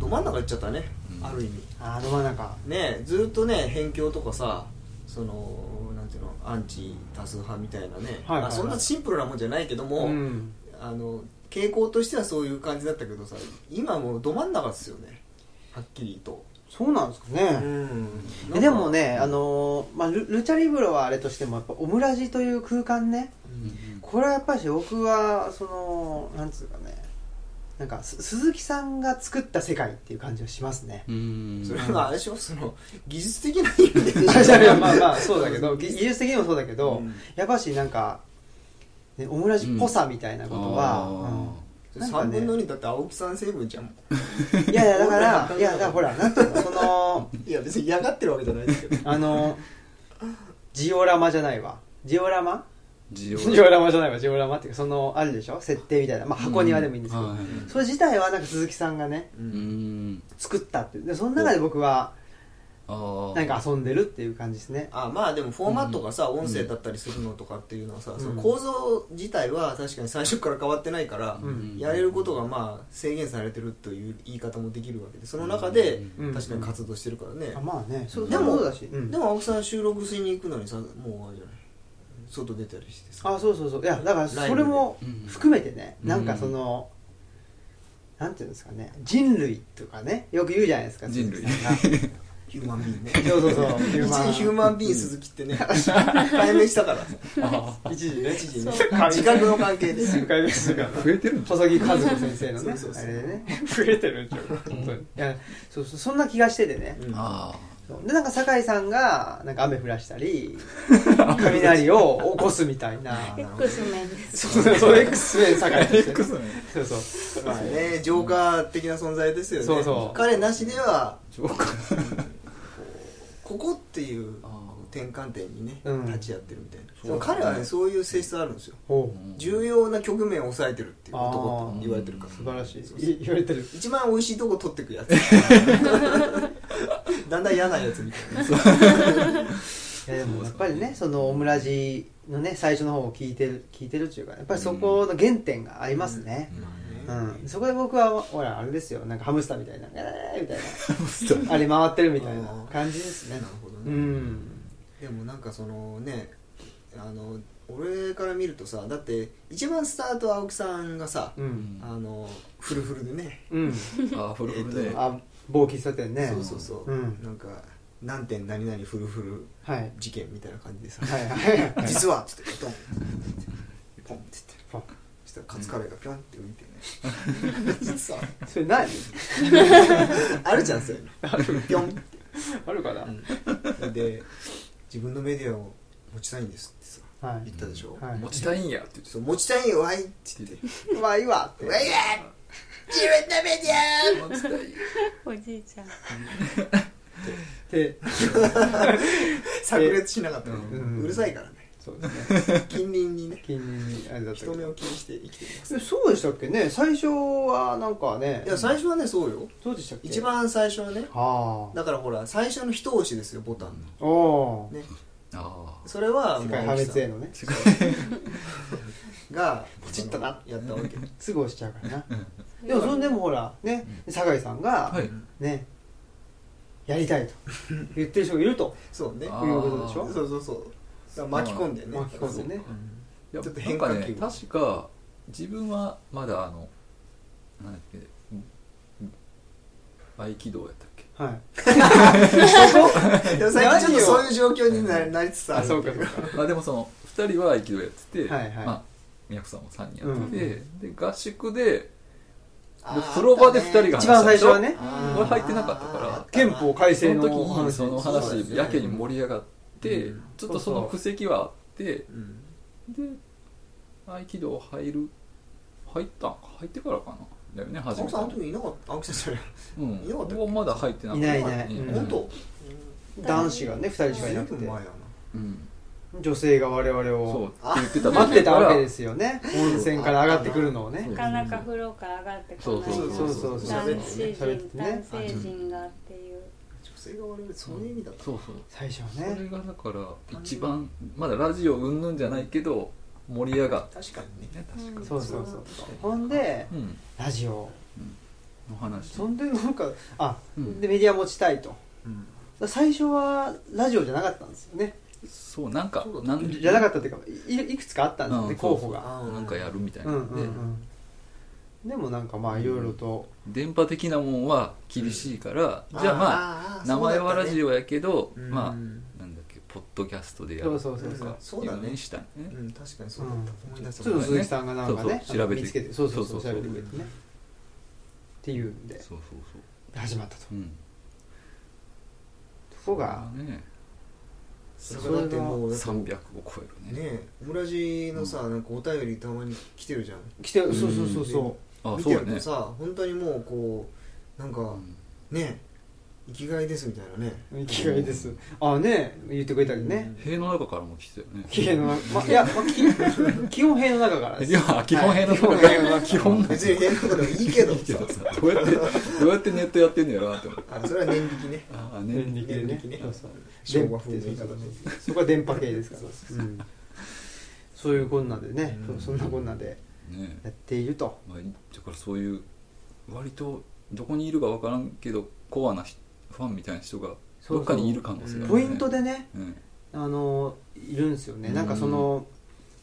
Speaker 2: ど真ん中行っちゃったね、
Speaker 4: うん
Speaker 2: ある意味
Speaker 1: あの真ん中
Speaker 2: ねずっとね辺境とかさそのなんていうのアンチ多数派みたいなね、
Speaker 1: はいはいはい
Speaker 2: あそんなシンプルなもんじゃないけども、
Speaker 1: うん
Speaker 2: あの傾向としてはそういう感じだったけどさ今もうど真ん中ですよねはっきりと、
Speaker 1: そうなんですかね、
Speaker 2: ん
Speaker 1: えでも、ね、あのーまあ、ルルチャリブロはあれとしてもやっぱオムラジという空間ねこれはやっぱり僕はそのなんつうかねなんかす鈴木さんが作った世界っていう感じはしますね
Speaker 4: う
Speaker 2: なんんかそれはあれでしょその技術的な意味で
Speaker 1: いやいや まあまあそうだけど 技技術的にもそうだけど、
Speaker 2: うん
Speaker 1: やっぱしなんか、ね、オムラジっぽさみたいなことは、なんか
Speaker 2: 3
Speaker 1: ね
Speaker 2: 分の2だって青木さん成分じゃん
Speaker 1: うんいやい やだからいやだからほらなんていうのその
Speaker 2: いや別に嫌がってるわけじゃないですけど
Speaker 1: あのジオラマじゃないわジオラマ
Speaker 4: 需要
Speaker 1: ジオラマじゃないわジオラマっていうかそのあるでしょ設定みたいな、まあ、箱庭でもいいんですけど、
Speaker 4: うはい
Speaker 1: それ自体はなんか鈴木さんがね
Speaker 4: うん
Speaker 1: 作ったっていうでその中で僕は
Speaker 4: ああ
Speaker 1: なんか遊んでるっていう感じですね
Speaker 2: あまあでもフォーマットがさ、音声だったりするのとかっていうのはさ、
Speaker 1: ん
Speaker 2: その構造自体は確かに最初から変わってないから、
Speaker 1: うん
Speaker 2: やれることがまあ制限されてるという言い方もできるわけでその中で
Speaker 1: うん
Speaker 2: 確かに活動してるからね、
Speaker 1: あまあねそ
Speaker 2: で
Speaker 1: で
Speaker 2: も
Speaker 1: もそうだし、うん
Speaker 2: でも青木さん収録しに行くのにさもうあれじゃない外出たりしてさ
Speaker 1: あそうそうそういやだからそれも
Speaker 4: ライブで
Speaker 1: 含めてね、
Speaker 4: うん
Speaker 1: なんかそのなんていうんですかね人類とかねよく言うじゃないですか
Speaker 4: 人類
Speaker 1: 鈴木さん
Speaker 2: ヒューマンビーンね
Speaker 1: がそうそうそう
Speaker 2: 一時ヒュー
Speaker 1: ン
Speaker 2: マンビーン鈴木ってね解明したから
Speaker 4: あ
Speaker 1: 一時ね
Speaker 2: 一時ね
Speaker 3: そう
Speaker 2: 自覚の関係で
Speaker 1: 一時回目するから
Speaker 4: ー増えてるんじゃん
Speaker 1: 細木和子先生のね
Speaker 2: そうそうそう
Speaker 1: あれでね 増えてるんちゃう本当にいやそうそうそんな気がしててね、
Speaker 2: うん
Speaker 4: あ
Speaker 1: そうでなんか酒井さんがなんか雨降らしたり 雷を起こすみたいな
Speaker 2: なるほど
Speaker 3: X 面です
Speaker 1: そうそうそう X メン
Speaker 4: あ
Speaker 1: 酒井と してね
Speaker 4: X ね
Speaker 1: そうそう
Speaker 2: まあねジョーカー的な存在ですよね
Speaker 1: そうそう
Speaker 2: 彼なしでは
Speaker 4: ジョーカー
Speaker 2: ここっていう
Speaker 4: あ
Speaker 2: 転換点にね、
Speaker 1: うん
Speaker 2: 立ち会ってるみたいな
Speaker 4: そう
Speaker 2: でも彼はねそういう性質あるんですよ
Speaker 1: ほう
Speaker 4: ー
Speaker 2: 重要な局面を抑えてるっていう
Speaker 1: あー
Speaker 2: 男って言われてるから
Speaker 1: 素晴らしい
Speaker 2: そうそう
Speaker 1: い言われてる
Speaker 2: 一番美味しいとこ取って くやつだんだん嫌なやつみたいない
Speaker 1: やでもやっぱりねそのオムラジのね最初の方を聞いてる聞いてるっていうかやっぱりそこの原点がありますねう、
Speaker 2: うんん
Speaker 1: そこで僕はほらあれですよなんかハムスターみたいな「えー」みたい
Speaker 4: スタ
Speaker 1: なあれ回ってるみたいな感じです
Speaker 2: な
Speaker 1: ね
Speaker 2: るほど
Speaker 1: う
Speaker 2: ね、
Speaker 1: ん
Speaker 2: でもなんかそのねあの俺から見るとさだって一番スタートは青木さんがさ、
Speaker 1: うん
Speaker 2: あのフルフルでね
Speaker 1: うん
Speaker 4: あーフルフルで
Speaker 1: あ某喫茶店ね
Speaker 2: そうそうそう、
Speaker 1: うん
Speaker 2: なんか何点何々フルフル
Speaker 1: はい
Speaker 2: 事件みたいな感じでさ
Speaker 1: はいはい
Speaker 2: 「実は」っつってドンポンって言って
Speaker 1: ポン
Speaker 2: そしたらカツカレーがピョンって浮いて ね「実は
Speaker 1: それ何」
Speaker 2: あるじゃんそういうのピョンって
Speaker 1: あるかな、
Speaker 2: それで自分のメディアを持ちたいんですってさ
Speaker 1: は
Speaker 2: 言
Speaker 1: い
Speaker 2: ったでしょ、
Speaker 1: はい
Speaker 4: 持ちたいんやって言って
Speaker 2: そう持ちたいよわいって言って
Speaker 1: うまいわっ
Speaker 2: 「
Speaker 1: て
Speaker 2: わいや自分のメディア!」
Speaker 3: おじいちゃん
Speaker 1: で
Speaker 2: 炸裂しなかったね、
Speaker 1: うん
Speaker 2: うるさいからね
Speaker 1: そうですね
Speaker 2: 近隣にね
Speaker 1: 近隣にあれだったけ
Speaker 2: 人
Speaker 1: ど
Speaker 2: 目を気にして生きています
Speaker 1: えそうでしたっけね最初はなんかね
Speaker 2: いや最初はねそうよ
Speaker 1: そうでしたっけ
Speaker 2: 一番最初はね
Speaker 1: はあ
Speaker 2: だからほら最初の一押しですよボタンの
Speaker 1: おお
Speaker 2: ね
Speaker 4: あ
Speaker 2: それは
Speaker 1: ー世界破滅へのね
Speaker 2: が
Speaker 1: ポチッとな
Speaker 2: やったわけ
Speaker 1: すぐ押しちゃうからなでもそれでもほらね酒井さん
Speaker 4: あ
Speaker 1: が
Speaker 4: はい
Speaker 1: ねやりたいと言ってる人がいると
Speaker 2: そうね
Speaker 4: あ
Speaker 1: いうことでし
Speaker 2: そう
Speaker 1: ょ
Speaker 2: そうそうだから巻き込んでね
Speaker 1: 巻き込んでね
Speaker 2: うん
Speaker 4: いや
Speaker 2: ちょっと
Speaker 4: な
Speaker 2: 変
Speaker 4: ん
Speaker 2: 化
Speaker 4: か
Speaker 2: 球
Speaker 4: ね確か自分はまだあのなんだっけうん合気道やったっけ
Speaker 1: はい
Speaker 2: でも最近ちょっとそういう状況にななりつつある
Speaker 4: まあでもその2人は合気道やってて
Speaker 1: はいはい
Speaker 4: まあ宮子さんも3人やってて、で合宿でで
Speaker 2: あー
Speaker 4: 風呂場で2人が
Speaker 1: 一
Speaker 4: 話した
Speaker 1: 番最
Speaker 4: でし
Speaker 1: 初
Speaker 4: ょ
Speaker 1: はね
Speaker 2: あー
Speaker 4: 俺入ってなかったから
Speaker 1: 憲法改
Speaker 4: そ
Speaker 1: 正
Speaker 4: の
Speaker 1: の
Speaker 4: 時にその
Speaker 2: そうです
Speaker 4: 話
Speaker 2: ね
Speaker 4: やけに盛り上がって、
Speaker 2: うん
Speaker 4: ちょっとその布石はあって
Speaker 2: うん
Speaker 4: で合気道入る入ったんか入ってからかなだよね初
Speaker 2: 青
Speaker 4: め
Speaker 2: 木
Speaker 4: て
Speaker 2: さんあの時いなかった青木さんじゃない
Speaker 4: うん
Speaker 2: いなかったっけ
Speaker 4: 僕はまだ入ってなく
Speaker 1: い
Speaker 4: て
Speaker 1: ないいない、
Speaker 4: うん
Speaker 2: 本当
Speaker 1: 男子がね2人しかいなく
Speaker 2: 随分
Speaker 1: て
Speaker 2: 前やな
Speaker 4: うん
Speaker 1: 女性が我々
Speaker 4: そう
Speaker 1: を
Speaker 4: って言ってた
Speaker 1: 待ってたわけですすよね温泉から上がってくるのをね
Speaker 3: なかなか風呂から上がってこない
Speaker 4: そうそうそう
Speaker 1: そう
Speaker 3: 男
Speaker 1: 喋ってね
Speaker 3: 子
Speaker 1: 喋って
Speaker 3: 人、
Speaker 1: ね
Speaker 3: 男性陣がっていう
Speaker 2: 女性が悪いそういう意味だった
Speaker 4: そうそう
Speaker 1: 最初
Speaker 4: そ
Speaker 1: は
Speaker 4: れ
Speaker 1: ね
Speaker 4: がだから一番まだラジオ云々じゃないけど盛り上がっ
Speaker 2: 確かにね
Speaker 4: たね確かに
Speaker 1: そうそうそうほんで
Speaker 4: うん
Speaker 1: ラジオ
Speaker 4: の話
Speaker 1: そんでなんかあ、
Speaker 4: うん
Speaker 1: でメディア持ちたいと
Speaker 2: うん
Speaker 1: 最初はラジオじゃなかったんですよね
Speaker 4: そうなんか
Speaker 2: そうだ
Speaker 4: なん
Speaker 1: じゃなかったっていうかいいくつかあったんですよね、
Speaker 4: うん
Speaker 1: 候補が
Speaker 2: あ
Speaker 4: なんかやるみたいな
Speaker 1: うん
Speaker 4: ん
Speaker 1: うんう
Speaker 4: で
Speaker 1: んでもなんかまあいろいろと、
Speaker 4: 電波的なもんは厳しいからじゃあまあ
Speaker 2: ま
Speaker 4: 名前はラジ
Speaker 2: オ
Speaker 4: オやけどまあ
Speaker 2: うん
Speaker 4: なんだっけポッドキャストでや
Speaker 1: そ
Speaker 4: る
Speaker 1: うそうそう
Speaker 4: と
Speaker 1: そう
Speaker 4: か
Speaker 2: そう
Speaker 4: い
Speaker 2: だね
Speaker 4: うのにしたんね
Speaker 2: うん確かにそうだった思い出した
Speaker 1: ちょっと鈴木さんがなんかね
Speaker 4: そうそう調べて
Speaker 1: 見つけてそうそうそう
Speaker 4: そうそう
Speaker 1: 調べてくれてねっていうんで
Speaker 4: そうそうそう
Speaker 1: 始まったと
Speaker 4: うん
Speaker 1: そこが
Speaker 4: ね
Speaker 2: それだってもうだって
Speaker 4: 300を超えるね
Speaker 2: ねオムラジのさなんかお便りたまに来てるじゃん
Speaker 1: 来てそううんそうそうそ
Speaker 4: あ
Speaker 2: 見
Speaker 4: そう
Speaker 2: て
Speaker 4: だ
Speaker 2: る
Speaker 4: ね
Speaker 2: とさ本当にもうこうなんか
Speaker 4: うん
Speaker 2: ね生きがいですみたいなね
Speaker 1: う生きがいですあね言ってくれたりね
Speaker 4: 塀の中からも来てたよ ね
Speaker 1: 機平の、ま、いや、ま、き 基本平の中からで
Speaker 4: い
Speaker 1: す
Speaker 4: や基本塀の中
Speaker 1: はい
Speaker 4: から基本なんだ
Speaker 2: 別に変なことでもいいけど
Speaker 4: いいけ
Speaker 2: さ
Speaker 4: どさどうやってどうやってネットやってんのやろなって思って
Speaker 2: あそれは年引きね
Speaker 4: ああ
Speaker 1: 年
Speaker 4: ね
Speaker 1: 力でね
Speaker 2: 年力ね
Speaker 1: そうそう
Speaker 2: 昭和風の言い
Speaker 1: そ
Speaker 2: 方
Speaker 1: う
Speaker 2: で
Speaker 1: そうそこは電波系ですからうんそういうこんなでね、
Speaker 2: うん
Speaker 1: そそんなこんなで
Speaker 4: ね
Speaker 1: やっていると
Speaker 4: まあだからそういう割とどこにいるかわからんけどコアな人ファンみたいな人がどっかにいる可能性があるね
Speaker 1: ポイントでね
Speaker 4: うん
Speaker 1: あのいるんですよね、
Speaker 4: うん
Speaker 1: なんかその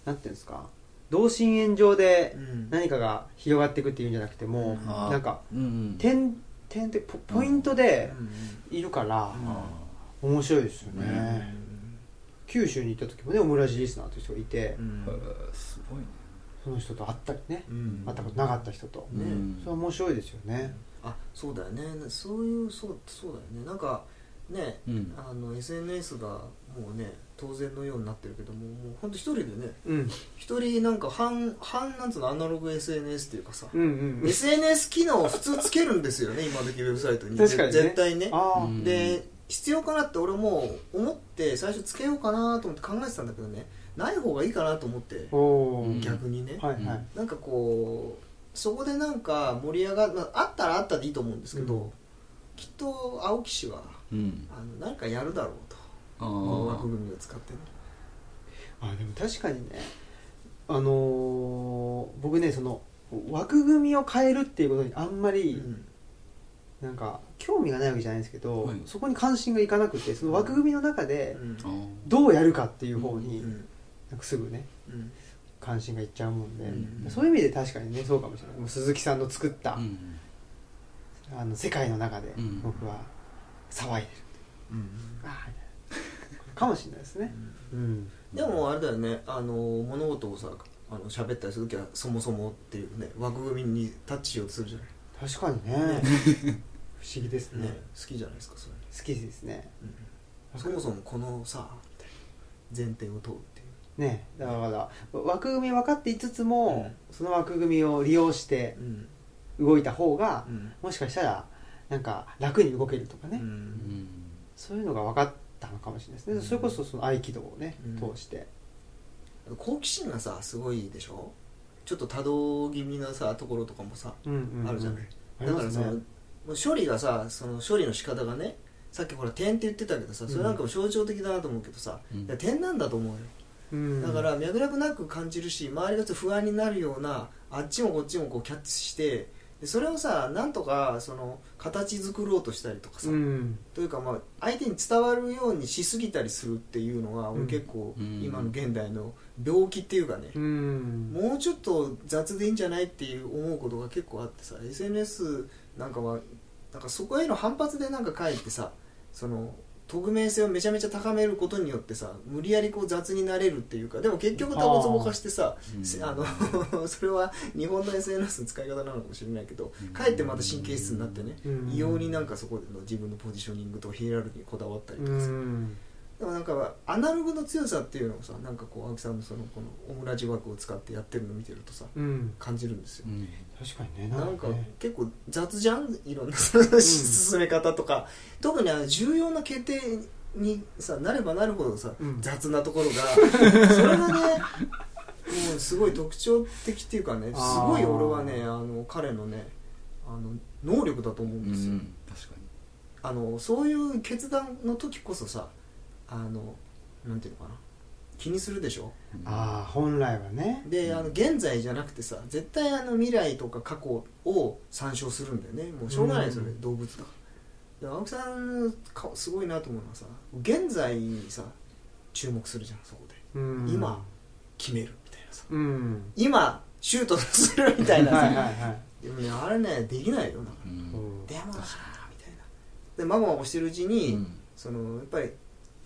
Speaker 1: なんていうんですか同心円状で
Speaker 2: うん
Speaker 1: 何かが広がっていくっていうんじゃなくてもう
Speaker 4: あー
Speaker 1: なんか
Speaker 4: うんうん
Speaker 1: 点点でポポイントでいるから
Speaker 4: あ
Speaker 1: 面白いですよ
Speaker 2: うんうん
Speaker 1: ね、九州に行った時もねオムラジリスナーという人がいて、
Speaker 2: うん
Speaker 4: あへえすごいね
Speaker 1: その人と会ったりね、
Speaker 2: うん
Speaker 1: 会ったことなかった人と、
Speaker 2: ね
Speaker 4: うん
Speaker 1: それは面白いですよね、
Speaker 2: あそうだよねそういうそうそうだよねなんかね、
Speaker 4: うん
Speaker 2: あの SNS がもうね当然のようになってるけどももうほんと一人でね
Speaker 1: うん、
Speaker 2: 一人なんか半半なんつうのアナログ SNS っていうかさ、
Speaker 1: うんうんうん
Speaker 2: SNS 機能を普通つけるんですよね今時ウェブサイト に
Speaker 1: 確かにね
Speaker 2: 絶対ね
Speaker 1: ああ、
Speaker 4: うん
Speaker 2: で必要かなって俺も思って最初つけようかなと思って考えてたんだけどねない方がいいかなと思って
Speaker 1: おおー、
Speaker 4: うん
Speaker 2: 逆にね、
Speaker 1: はいはい、
Speaker 2: なんかこうそこでなんか盛り上がる、まあ、あったらあったでいいと思うんですけど、
Speaker 1: うん
Speaker 2: きっと青木氏は
Speaker 4: うん
Speaker 2: あのなんかやるだろうと
Speaker 4: あ
Speaker 2: 音
Speaker 4: あ
Speaker 2: 楽組を使ってね
Speaker 1: あでも確かにねあのー僕ねその枠組みを変えるっていうことにあんまり、
Speaker 2: うん
Speaker 1: なんか興味がないわけじゃないんですけど、
Speaker 4: はい
Speaker 1: そこに関心がいかなくてその枠組みの中で
Speaker 2: うん
Speaker 4: あー
Speaker 1: どうやるかっていう方
Speaker 2: う
Speaker 1: に、
Speaker 2: ん
Speaker 1: なんかすぐね
Speaker 2: うん
Speaker 1: 関心がいっちゃうもんで、
Speaker 2: うん
Speaker 1: そういう意味で確かにねそうかもしれないもう鈴木さんの作った、
Speaker 4: うん
Speaker 1: あの世界の中で
Speaker 4: うん
Speaker 1: 僕は騒いでる、
Speaker 2: うん
Speaker 1: ああかもしれないですね、うん、
Speaker 2: でもあれだよねあの物事をさあの喋ったりするときはそもそもっていうね枠組みにタッチしようとするじゃない、
Speaker 1: 確かに ね不思議ですね
Speaker 2: ね好きじゃないですかそれ、
Speaker 1: 好きですね
Speaker 2: うんそもそもこのさみたいな前提を問うっていう
Speaker 1: ねだからまだ枠組み分かっていつつも、その枠組みを利用して
Speaker 2: うん
Speaker 1: 動いた方が
Speaker 2: う、ん
Speaker 1: もしかしたらなんか楽に動けるとかね、
Speaker 2: う
Speaker 4: うんん
Speaker 1: そういうのが分かったのかもしれないですね、
Speaker 2: うん
Speaker 1: それこそその合気道をね、
Speaker 2: うん
Speaker 1: 通して
Speaker 2: 好奇心がさすごいでしょちょっと多動気味なさところとかもさあるじゃない、
Speaker 1: あり
Speaker 2: だ
Speaker 1: ま
Speaker 2: から
Speaker 1: す
Speaker 2: その、
Speaker 1: ね
Speaker 2: もう処理がさその処理の仕方がねさっきほら点って言ってたけどさそれなんかも象徴的だなと思うけどさ、
Speaker 4: うん
Speaker 2: いや点なんだと思うよ、
Speaker 1: うん
Speaker 2: だから脈絡なく感じるし周りがちょっと不安になるようなあっちもこっちもこうキャッチしてでそれをさなんとかその形作ろうとしたりとかさ、
Speaker 1: うん
Speaker 2: というかまあ相手に伝わるようにしすぎたりするっていうのは、
Speaker 1: うん
Speaker 2: 俺結構
Speaker 4: うん
Speaker 2: 今の現代の病気っていうかね、
Speaker 1: うん
Speaker 2: もうちょっと雑でいいんじゃないっていう思うことが結構あってさ SNS なんかはなんかそこへの反発でなんか書いてさその匿名性をめちゃめちゃ高めることによってさ無理やりこう雑になれるっていうかでも結局タコツボ化してさ
Speaker 4: うん
Speaker 2: せあの それは日本の SNS の使い方なのかもしれないけど
Speaker 4: うん
Speaker 2: かえってまた神経質になってね
Speaker 1: うん
Speaker 2: 異様になんかそこでの自分のポジショニングとヒエラルキーにこだわったり
Speaker 1: う
Speaker 2: とかさ
Speaker 1: ん
Speaker 2: でもなんかアナログの強さっていうのをさなんかこう青木さんのそのこのオムラジ枠を使ってやってるの見てるとさ
Speaker 1: うん
Speaker 2: 感じるんですよ、
Speaker 4: うん
Speaker 1: 確かにね
Speaker 2: なんか
Speaker 1: ね
Speaker 2: 結構雑じゃんいろんな進め方とか、特にあの重要な決定にさなればなるほどさ、
Speaker 1: うん
Speaker 2: 雑なところ がそれがねもうすごい特徴的っていうかねす
Speaker 1: あー
Speaker 2: ごい俺はねあの彼のねあの能力だと思う
Speaker 4: うん
Speaker 2: ですよ、
Speaker 4: ん確かに
Speaker 2: あのそういう決断の時こそさあのなんていうのかな気にするでしょ
Speaker 4: うん
Speaker 1: ああ本来はね
Speaker 2: で、
Speaker 4: うん
Speaker 2: あの現在じゃなくてさ絶対あの未来とか過去を参照するんだよねもうしょうがないですよね、
Speaker 1: うん
Speaker 2: 動物だからで青木さんかすごいなと思うのはさ現在にさ注目するじゃんそこで
Speaker 1: うん
Speaker 2: 今決めるみたいなさ
Speaker 1: うん
Speaker 2: 今シュートするみたいなさ、
Speaker 1: はいはいはい
Speaker 2: でもねあれねできないよだか
Speaker 4: う
Speaker 2: ら
Speaker 4: ん
Speaker 1: うん
Speaker 2: でもなみたいなでまごまごしてるうちに、
Speaker 4: うん
Speaker 2: そのやっぱり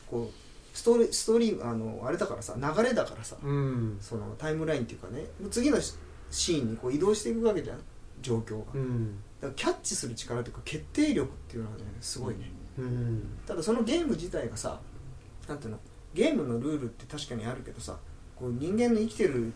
Speaker 2: こうストーリーストーリーあのあれだからさ流れだからさ、
Speaker 1: うん
Speaker 2: そのタイムラインっていうかね次のシシーンにこう移動していくわけじゃん状況が、
Speaker 1: う
Speaker 2: だ
Speaker 1: ん
Speaker 2: からキャッチする力というか決定力っていうのはねすごいね、
Speaker 1: うん
Speaker 2: ただそのゲーム自体がさなんていうのゲームのルールって確かにあるけどさこう人間の生きてる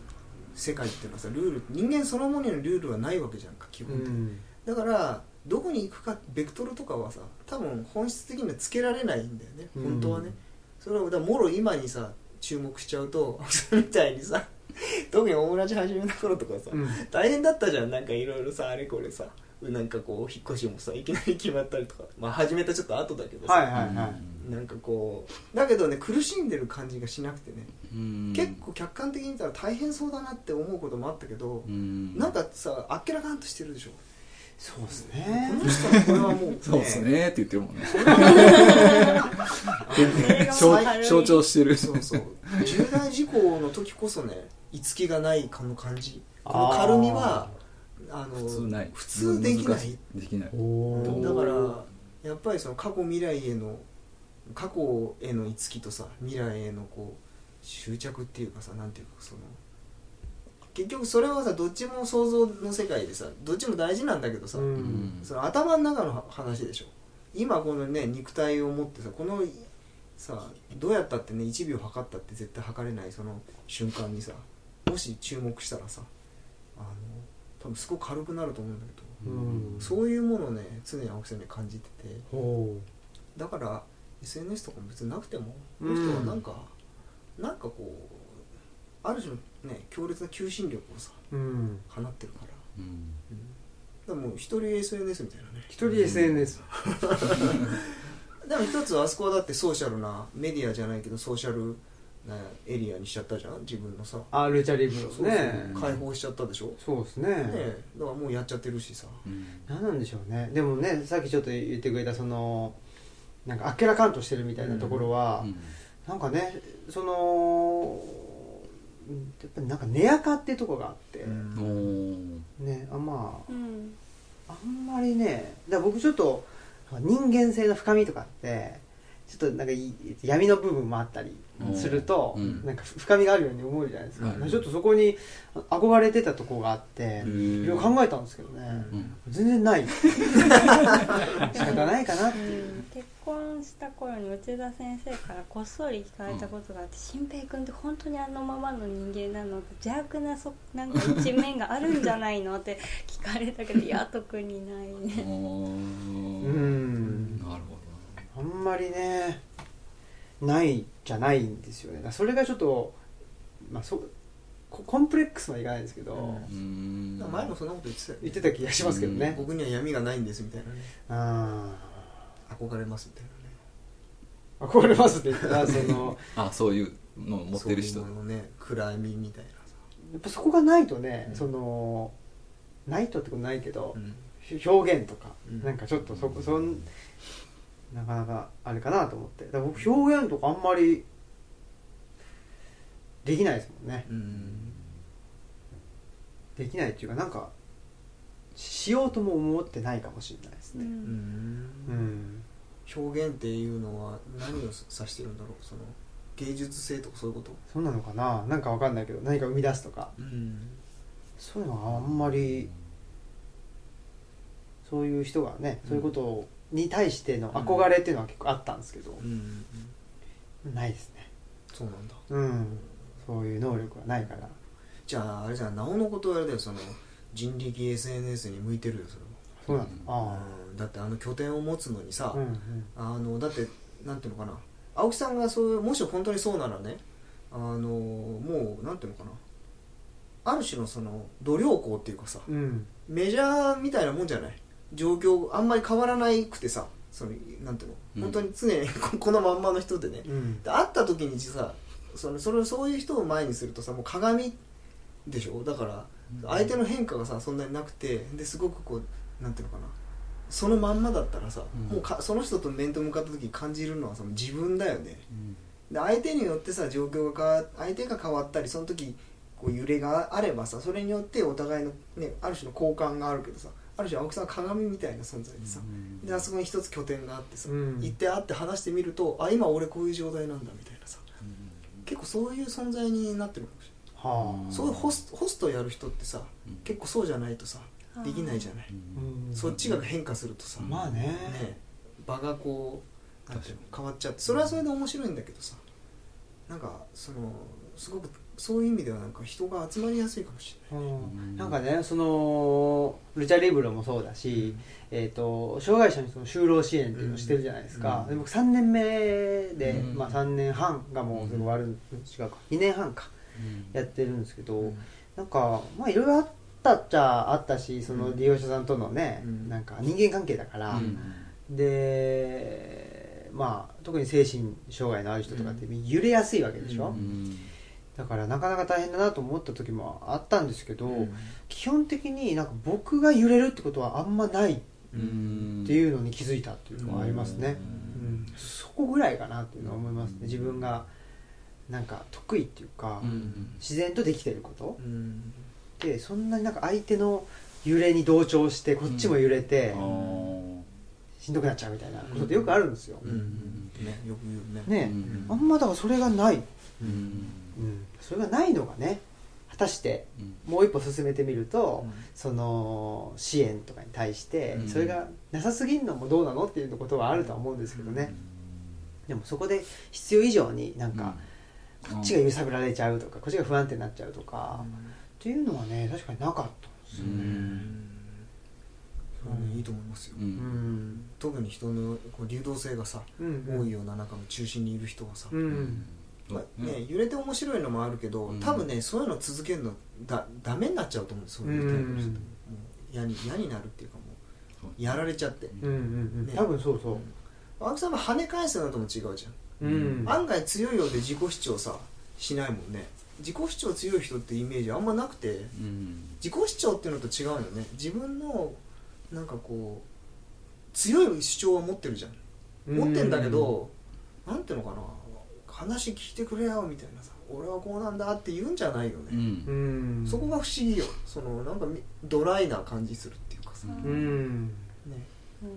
Speaker 2: 世界っていうのはさルール人間そのもののルールはないわけじゃんか基
Speaker 1: う
Speaker 2: 本的に、
Speaker 1: ん
Speaker 2: だからどこに行くかベクトルとかはさ多分本質的にはつけられないんだよね
Speaker 1: うん
Speaker 2: 本当はね、それはだからもろ今にさ注目しちゃうと みたいにさ特にオムラジ始めた頃とかさ、
Speaker 1: うん
Speaker 2: 大変だったじゃんなんかいろいろさあれこれさなんかこう引っ越しもさいきなり決まったりとかまあ始めたちょっと後だけどさ、
Speaker 1: はいはいは
Speaker 2: なんかこうだけどね苦しんでる感じがしなくてね、
Speaker 4: うん
Speaker 2: 結構客観的に見たら大変そうだなって思うこともあったけど
Speaker 4: う、ん
Speaker 2: なんかさあっけらかんとしてるでしょ
Speaker 1: そうです
Speaker 2: こ
Speaker 1: ね
Speaker 2: の人のこれはもう、ね、
Speaker 4: そうですねって言ってるも んね
Speaker 3: れが
Speaker 4: 象
Speaker 3: 軽い
Speaker 4: 象徴してる
Speaker 2: そうそう重大事故の時こそねいつきがないこの感じ
Speaker 1: あー
Speaker 2: この軽みはあの
Speaker 4: 普通ない
Speaker 2: 普通できな
Speaker 4: 難
Speaker 2: い
Speaker 4: しできない
Speaker 1: お
Speaker 2: だ
Speaker 1: だ
Speaker 2: か
Speaker 1: から
Speaker 2: らやっぱりその過去未来への過去へのいつきとさ未来へのこう執着っていうかさなんていうかその結局それはさどっちも想像の世界でさどっちも大事なんだけどさ、
Speaker 1: うん
Speaker 4: うん
Speaker 2: その頭の中の話でしょ今このね肉体を持ってさこのさどうやったってね1秒測ったって絶対測れないその瞬間にさもし注目したらさあの多分すごく軽くなると思うんだけど、
Speaker 1: うん
Speaker 2: そういうものをね常に青木さんに感じてて
Speaker 1: ほ
Speaker 2: だから SNS とかも別になくても
Speaker 1: う
Speaker 2: この
Speaker 1: ん
Speaker 2: 人はなんか、なんかこうある種のね強烈な求心力をさ
Speaker 1: ううん
Speaker 2: 放ってるから、
Speaker 4: うん
Speaker 2: うん、でもう一人 SNS みたいなね
Speaker 1: 一人 SNS
Speaker 2: でも一つあそこはだってソーシャルなメディアじゃないけどソーシャルなエリアにしちゃったじゃん自分のさ
Speaker 1: あルチャリブロ
Speaker 2: そうそう
Speaker 1: ね
Speaker 2: 解放しちゃったでしょ、ね
Speaker 1: そうですね
Speaker 2: えだからもうやっちゃってるしさ
Speaker 4: うん
Speaker 1: 何なんでしょうねでもねさっきちょっと言ってくれたそのなんかあっけらかんとしてるみたいなところは、
Speaker 4: うん
Speaker 1: なんかねそのうんやっぱりなんか寝やかっていうところがあって、
Speaker 4: おー
Speaker 1: ねあまあ
Speaker 3: うん
Speaker 1: あんまりねだから僕ちょっと人間性の深みとかってちょっとなんかい闇の部分もあったりすると、
Speaker 4: うん
Speaker 1: なんか深みがあるように思うじゃないですか、
Speaker 4: はい
Speaker 1: ちょっとそこに憧れてたとこがあって
Speaker 4: へ、ー
Speaker 1: いろいろ考えたんですけどね、
Speaker 4: うん
Speaker 1: 全然ない仕方ないかなっていう、
Speaker 3: 結婚した頃に内田先生からこっそり聞かれたことがあって「新平君って本当にあのままの人間なの?」って邪悪なそなんか一面があるんじゃないのって聞かれたけどいや特にないね
Speaker 4: お
Speaker 1: う
Speaker 4: ー
Speaker 1: ん
Speaker 4: なるほ
Speaker 1: あんまりねないじゃないんですよねだからそれがちょっと、まあ、そココンプレックスはいかないですけど、
Speaker 2: うん
Speaker 4: どうん
Speaker 2: だから前もそんなこと言ってたよ、ね、
Speaker 1: 言ってた気がしますけどね、
Speaker 2: 僕には闇がないんですみたいなね
Speaker 1: あ
Speaker 2: 憧れますみたいなね
Speaker 1: あ憧れますって言った らその
Speaker 4: あそういうのを持ってる人
Speaker 2: そういうものね暗闇みたいなさ、
Speaker 1: やっぱそこがないとね、
Speaker 2: うん
Speaker 1: そのないとってことないけど
Speaker 2: う、ん
Speaker 1: ひ表現とか、
Speaker 2: うん
Speaker 1: なんかちょっとそこそんなかなかあれかなと思ってだから僕表現とかあんまりできないですもんね
Speaker 2: うん
Speaker 1: できないっていうかなんかしようとも思ってないかもしれないです
Speaker 3: う
Speaker 1: ね
Speaker 2: うん
Speaker 1: うんん
Speaker 2: 表現っていうのは何を指してるんだろうその芸術性とかそういうこと
Speaker 1: そうなのかななんかわかんないけど何か生み出すとか
Speaker 2: うん
Speaker 1: そういうのはあんまりそういう人がねそういうことに対しての憧れっていうのは結構あったんですけど、
Speaker 2: うん
Speaker 1: ないですね
Speaker 2: そうなんだ
Speaker 1: うんそういう能力はないから
Speaker 2: じゃああれじゃんなおのことあれだよその人力 SNS に向いてるよそれ
Speaker 1: そうなんだ、
Speaker 4: うん
Speaker 2: は
Speaker 1: あ
Speaker 2: うんだってあの拠点を持つのにさ、
Speaker 1: あうんうん
Speaker 2: あのだってなんていうのかな青木さんがそういうもし本当にそうならねあのもうなんていうのかなある種のその度量衡っていうかさ
Speaker 1: うん
Speaker 2: メジャーみたいなもんじゃない状況あんまり変わらないくてさそのなんていうの、
Speaker 4: うん
Speaker 2: 本当に常にここのまんまの人でね
Speaker 1: うん
Speaker 2: で会った時にさそのそれそういう人を前にするとさもう鏡でしょだから
Speaker 4: うん
Speaker 2: 相手の変化がさそんなになくてですごくこうなんていうのかなそのまんまだったらさ、
Speaker 4: うん
Speaker 2: もうかその人と面と向かった時に感じるのはさ自分だよね
Speaker 4: うん
Speaker 2: で相手によってさ状況が変わ相手が変わったりその時こう揺れがあればさそれによってお互いの、ね、ある種の交換があるけどさある種青木さんは鏡みたいな存在でさ、であそこに一つ拠点があってさ、
Speaker 1: うん
Speaker 2: 行って会って話してみるとあ今俺こういう状態なんだみたいなさ
Speaker 4: うん
Speaker 2: 結構そういう存在になってるかもしれ
Speaker 1: は
Speaker 2: な
Speaker 4: う
Speaker 2: い、
Speaker 4: ん
Speaker 2: そういうホストホストやる人ってさ
Speaker 4: うん
Speaker 2: 結構そうじゃないとさ
Speaker 3: あー
Speaker 2: できないじゃない、
Speaker 1: あ、うん、
Speaker 2: そっちが変化するとさ、
Speaker 1: まあね
Speaker 2: ね場がこうなんていうの
Speaker 4: 確
Speaker 2: 変わっちゃってそれはそれで面白いんだけどさなんかそのすごくそういう意味ではなんか人が集まりやすいかもし
Speaker 1: うんなんかねそのルチャリブロもそうだし、えー、と障害者にその就労支援っていうのをしてるじゃないですか、
Speaker 4: うん
Speaker 1: で僕3年目で、
Speaker 4: うん
Speaker 1: まあ、3年半がもうすぐ終わる、違うか2年半かやってるんですけど、
Speaker 2: うん
Speaker 1: なんかまあいろいろあったっちゃあったしその
Speaker 2: うん
Speaker 1: 利用者さんとのね、
Speaker 2: うん
Speaker 1: なんか人間関係だか
Speaker 4: う
Speaker 1: ら、
Speaker 4: ん
Speaker 1: でまあ特に精神障害のある人とかって揺れやすいわけでしょ、
Speaker 2: う
Speaker 4: うん
Speaker 1: だからなかなか大変だなと思った時もあったんですけど、
Speaker 2: れない、
Speaker 1: 基本的になんか僕が揺れるってことはあんまないっ
Speaker 4: うん
Speaker 1: ていうのに気づいたっていうのはありますね、
Speaker 4: う
Speaker 1: うん
Speaker 4: ん
Speaker 1: そこぐらいかなっていうのは思いますね自分がなんか得意っていうか、
Speaker 4: うん
Speaker 1: 自然とできてること
Speaker 2: うん
Speaker 1: でそんなになんか相手の揺れに同調してこっちも揺れて、
Speaker 4: あー
Speaker 1: しんどくなっちゃうみたいなことってよくあるんですよ、
Speaker 2: うんうんねよく言うね
Speaker 1: ね、
Speaker 4: うん
Speaker 1: あんまだからそれがない、
Speaker 4: うん
Speaker 1: それがないのがね果たして
Speaker 4: うん
Speaker 1: もう一歩進めてみると、
Speaker 2: うん
Speaker 1: その支援とかに対して
Speaker 4: うん
Speaker 1: それがなさすぎるのもどうなのっていうことはあるとは思うんですけどね、でもそこで必要以上になんか、こっちが揺さぶられちゃうとかこっちが不安定になっちゃうとか、っていうのはね確かになかったんですよ
Speaker 2: う
Speaker 1: ね、
Speaker 2: んそれねいいと思いますよ、
Speaker 4: う
Speaker 1: うんん
Speaker 2: 特に人のこう流動性がさ、
Speaker 1: うん
Speaker 2: 多いような中の中心にいる人はさ、
Speaker 1: うん、
Speaker 2: まあね、揺れて面白いのもあるけど、
Speaker 4: うん
Speaker 2: 多分ねそういうの続けるのだダメになっちゃうと思うんですよそういうタイプの人
Speaker 1: うん
Speaker 2: もう嫌に嫌になるっていうかもうやられちゃって
Speaker 1: うんうんうん
Speaker 2: ね
Speaker 1: 多分そうそう、
Speaker 2: 青木さんも跳ね返すのとも違うじ
Speaker 1: う
Speaker 4: うんん
Speaker 2: ゃん、案外強いようで自己主張さしないもんね自己主張強い人ってイメージあんまなくて
Speaker 4: うん
Speaker 2: 自己主張っていうのと違うよね自分のなんかこう強い主張は持ってるじゃん持ってんだけど、なんていうのかな話聞いてくれよみたいなさ俺はこうなんだって言うんじゃないよね、
Speaker 4: うん
Speaker 1: うん
Speaker 2: そこが不思議よそのなんかみドライな感じするっていうかさ、
Speaker 3: うん
Speaker 1: うん
Speaker 2: ね
Speaker 3: うん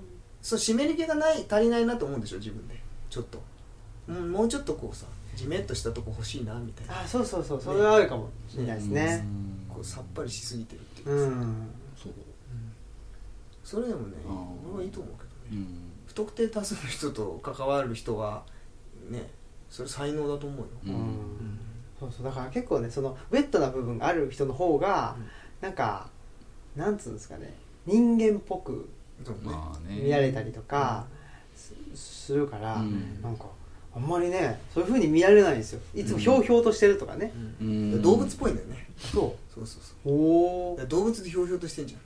Speaker 2: そう湿り気がない足りないなと思うんでしょ自分でちょっと、うん、もうちょっとこうさジメッとしたとこ欲しいなみたいな
Speaker 1: あそうそうそうそれはあるかもしれないですね
Speaker 4: うん
Speaker 2: こうさっぱりしすぎてるっていうか
Speaker 1: う
Speaker 2: さ、
Speaker 1: ん、
Speaker 4: そう
Speaker 2: それでもね
Speaker 4: あー
Speaker 2: 俺はいいと思うけ
Speaker 4: う
Speaker 2: どね、
Speaker 4: ん
Speaker 2: 不特定多数の人と関わる人はねそれ才能だと思うよ、
Speaker 4: うん
Speaker 2: うん
Speaker 1: そうそうだから結構ねそのウェットな部分がある人の方が、
Speaker 2: うん
Speaker 1: なんかなんつうんですかね人間っぽく
Speaker 2: そうね、
Speaker 4: まあね
Speaker 1: 見られたりとか、すするから、
Speaker 4: うん
Speaker 1: なんかあんまりねそういうふうに見られないんですよいつもひょうひょうとしてるとかね、
Speaker 2: うん
Speaker 4: うん
Speaker 2: 動物っぽいんだよね
Speaker 1: そ
Speaker 2: そうそうそう
Speaker 1: うお
Speaker 2: だか
Speaker 1: ー
Speaker 2: ら動物でひょうひょうとしてんじ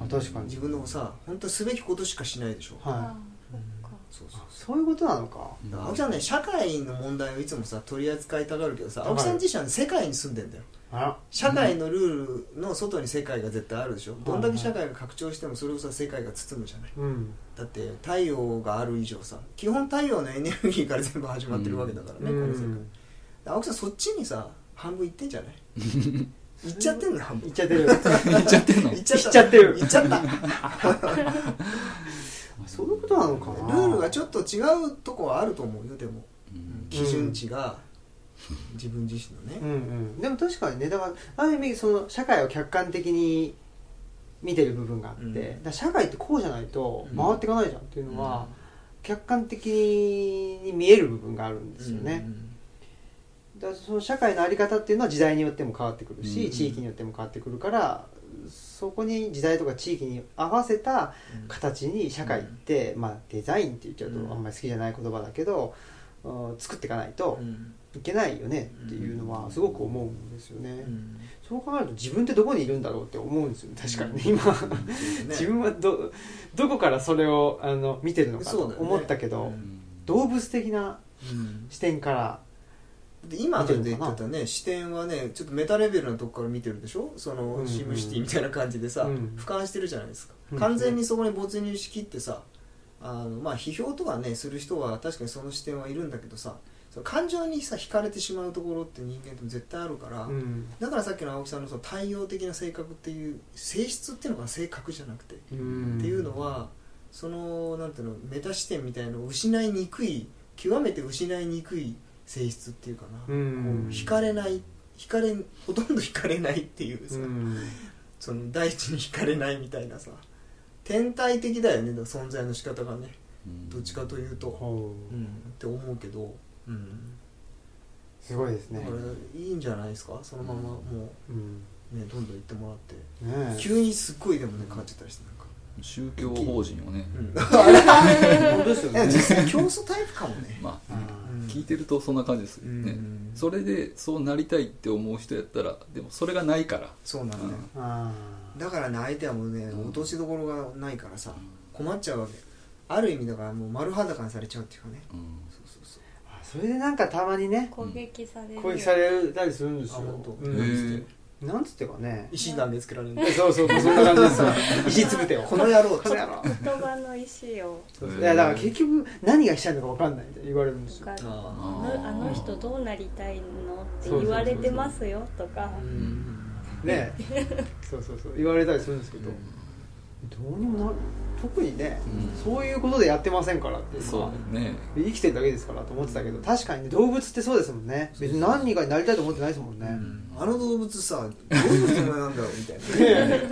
Speaker 2: ゃん
Speaker 1: あ確かに
Speaker 2: 自分のさ本当はすべきことしかしないでしょ、
Speaker 1: は
Speaker 3: あ
Speaker 2: う
Speaker 3: そ
Speaker 2: ん
Speaker 3: っか
Speaker 2: そう
Speaker 1: い
Speaker 2: そう
Speaker 1: あそういうことなのか
Speaker 4: うん
Speaker 2: 青木さんね社会の問題をいつもさ取り扱いたがるけどさ
Speaker 1: はい
Speaker 2: 青木さん自身は、ね、世界に住んでんだよ
Speaker 1: あら
Speaker 2: 社会のルールの外に世界が絶対あるでしょ
Speaker 1: い
Speaker 2: どんだけ社会が拡張してもそれをさ世界が包むじゃない
Speaker 1: うん
Speaker 2: だって太陽がある以上さ基本太陽のエネルギーから全部始まってるわけだからね、
Speaker 1: う
Speaker 2: この世界
Speaker 1: ん
Speaker 2: 青木さんそっちにさ半分行ってんじゃない行っちゃってんのよ半
Speaker 1: いっ
Speaker 2: 分
Speaker 1: ちゃって る
Speaker 4: 言っちゃってんの
Speaker 2: 行っちゃった
Speaker 1: 行っちゃってる
Speaker 2: 行っちゃった
Speaker 1: そういうことなのか
Speaker 2: ル
Speaker 1: な
Speaker 2: ールがちょっと違うとこはあると思うよでも
Speaker 4: うん
Speaker 2: 基準値が自分自身のね、
Speaker 1: うんうん、でも確かにねだからある意味その社会を客観的に見てる部分があって、
Speaker 2: うん
Speaker 1: だから社会ってこうじゃないと
Speaker 2: うん
Speaker 1: 回っていかないじゃんっていうのは、客観的に見える部分があるんですよね、
Speaker 2: うん
Speaker 1: だからその社会の在り方っていうのは時代によっても変わってくるし、
Speaker 4: うん
Speaker 1: 地域によっても変わってくるからそこに時代とか地域に合わせた形に社会って、まあ、デザインって言っちゃう
Speaker 2: うん
Speaker 1: とあんまり好きじゃない言葉だけど、うん作っていかないと
Speaker 2: うん
Speaker 1: いけないよねっていうのはすごく思うんですよね、
Speaker 2: うん
Speaker 1: そう考えると自分ってどこにいるんだろうって思うんですよね確かにね今、
Speaker 2: そうだね
Speaker 1: 自分はどどこからそれをあの見てるのかと
Speaker 2: そうだよね
Speaker 1: 思ったけど、
Speaker 2: うん
Speaker 1: 動物的な
Speaker 2: うん
Speaker 1: 視点から
Speaker 2: で今で言ってたね視点はねちょっとメタレベルのとこから見てるでしょその、
Speaker 1: うんうん
Speaker 2: シムシティみたいな感じでさ、
Speaker 1: うん
Speaker 2: 俯瞰してるじゃないですか、
Speaker 1: うん
Speaker 2: 完全にそこに没入しきってさあのまあ批評とかねする人は確かにその視点はいるんだけどさその感情にさ惹かれてしまうところって人間って絶対あるから、
Speaker 1: うん
Speaker 2: だからさっきの青木さんのその対応的な性格っていう性質っていうのが性格じゃなくて、っていうのはそのなんていうのメタ視点みたいなのを失いにくい極めて失いにくい性質っていうかな、
Speaker 1: うん
Speaker 2: こう惹かれない惹かれほとんど惹かれないっていう
Speaker 1: う
Speaker 2: さ、
Speaker 1: ん
Speaker 2: その大地に惹かれないみたいなさ天体的だよねだから存在の仕方がねどっちかというと、
Speaker 1: ほ
Speaker 2: う、
Speaker 1: うん
Speaker 2: って思うけど、うん、
Speaker 1: すごいです
Speaker 2: だ
Speaker 1: ね
Speaker 2: から、いいんじゃないですかそのままも
Speaker 1: うん
Speaker 2: うねどんどん行ってもらって
Speaker 1: ねえ
Speaker 2: 急にすっごいでもね感じたりしてなんか。
Speaker 4: 宗教法人をね、
Speaker 2: うん
Speaker 1: 本当ですよ
Speaker 2: いや
Speaker 1: ね
Speaker 2: 実際競争タイプかもね。
Speaker 4: まあ、
Speaker 1: うん
Speaker 4: 聞いてるとそんな感じですよ
Speaker 2: うん
Speaker 4: ね、それでそうなりたいって思う人やったらでもそれがないから
Speaker 2: そうなんだよ、
Speaker 1: あ
Speaker 2: だからね相手はもうね
Speaker 4: うん
Speaker 2: 落としどころがないからさ困っちゃうわけある意味だからもう丸裸にされちゃうっていうかね
Speaker 4: うん
Speaker 2: そうそうそう
Speaker 1: あそれでなんかたまにね
Speaker 3: 攻撃される
Speaker 1: 攻撃されたりするんですよ
Speaker 2: あ本当
Speaker 1: う
Speaker 4: へ
Speaker 1: ん
Speaker 4: え
Speaker 1: なんつってかね
Speaker 2: 石投げつけられるんだ
Speaker 1: そうそうそんな感じ ですよ石つぶてを
Speaker 2: この野郎
Speaker 1: この野郎
Speaker 3: 言葉の石を
Speaker 1: そうそういやだから結局何がしたいのか分かんないって言われるんです
Speaker 3: と
Speaker 1: よ
Speaker 3: かあ
Speaker 2: あ
Speaker 3: のあの人どうなりたいのって言われてますよとか
Speaker 2: あうん
Speaker 1: ねそうそうそう言われたりするんですけ
Speaker 4: うん
Speaker 1: どどうにもなる特にね
Speaker 4: うん
Speaker 1: そういうことでやってませんからっていうの
Speaker 4: そ
Speaker 1: は
Speaker 4: うだよね
Speaker 1: 生きてるだけですからと思ってたけど確かにね動物ってそうですもんね別に何かになりたいと思ってないですもんね
Speaker 2: あの動物さどういう名前なんだろうみたいな、ね、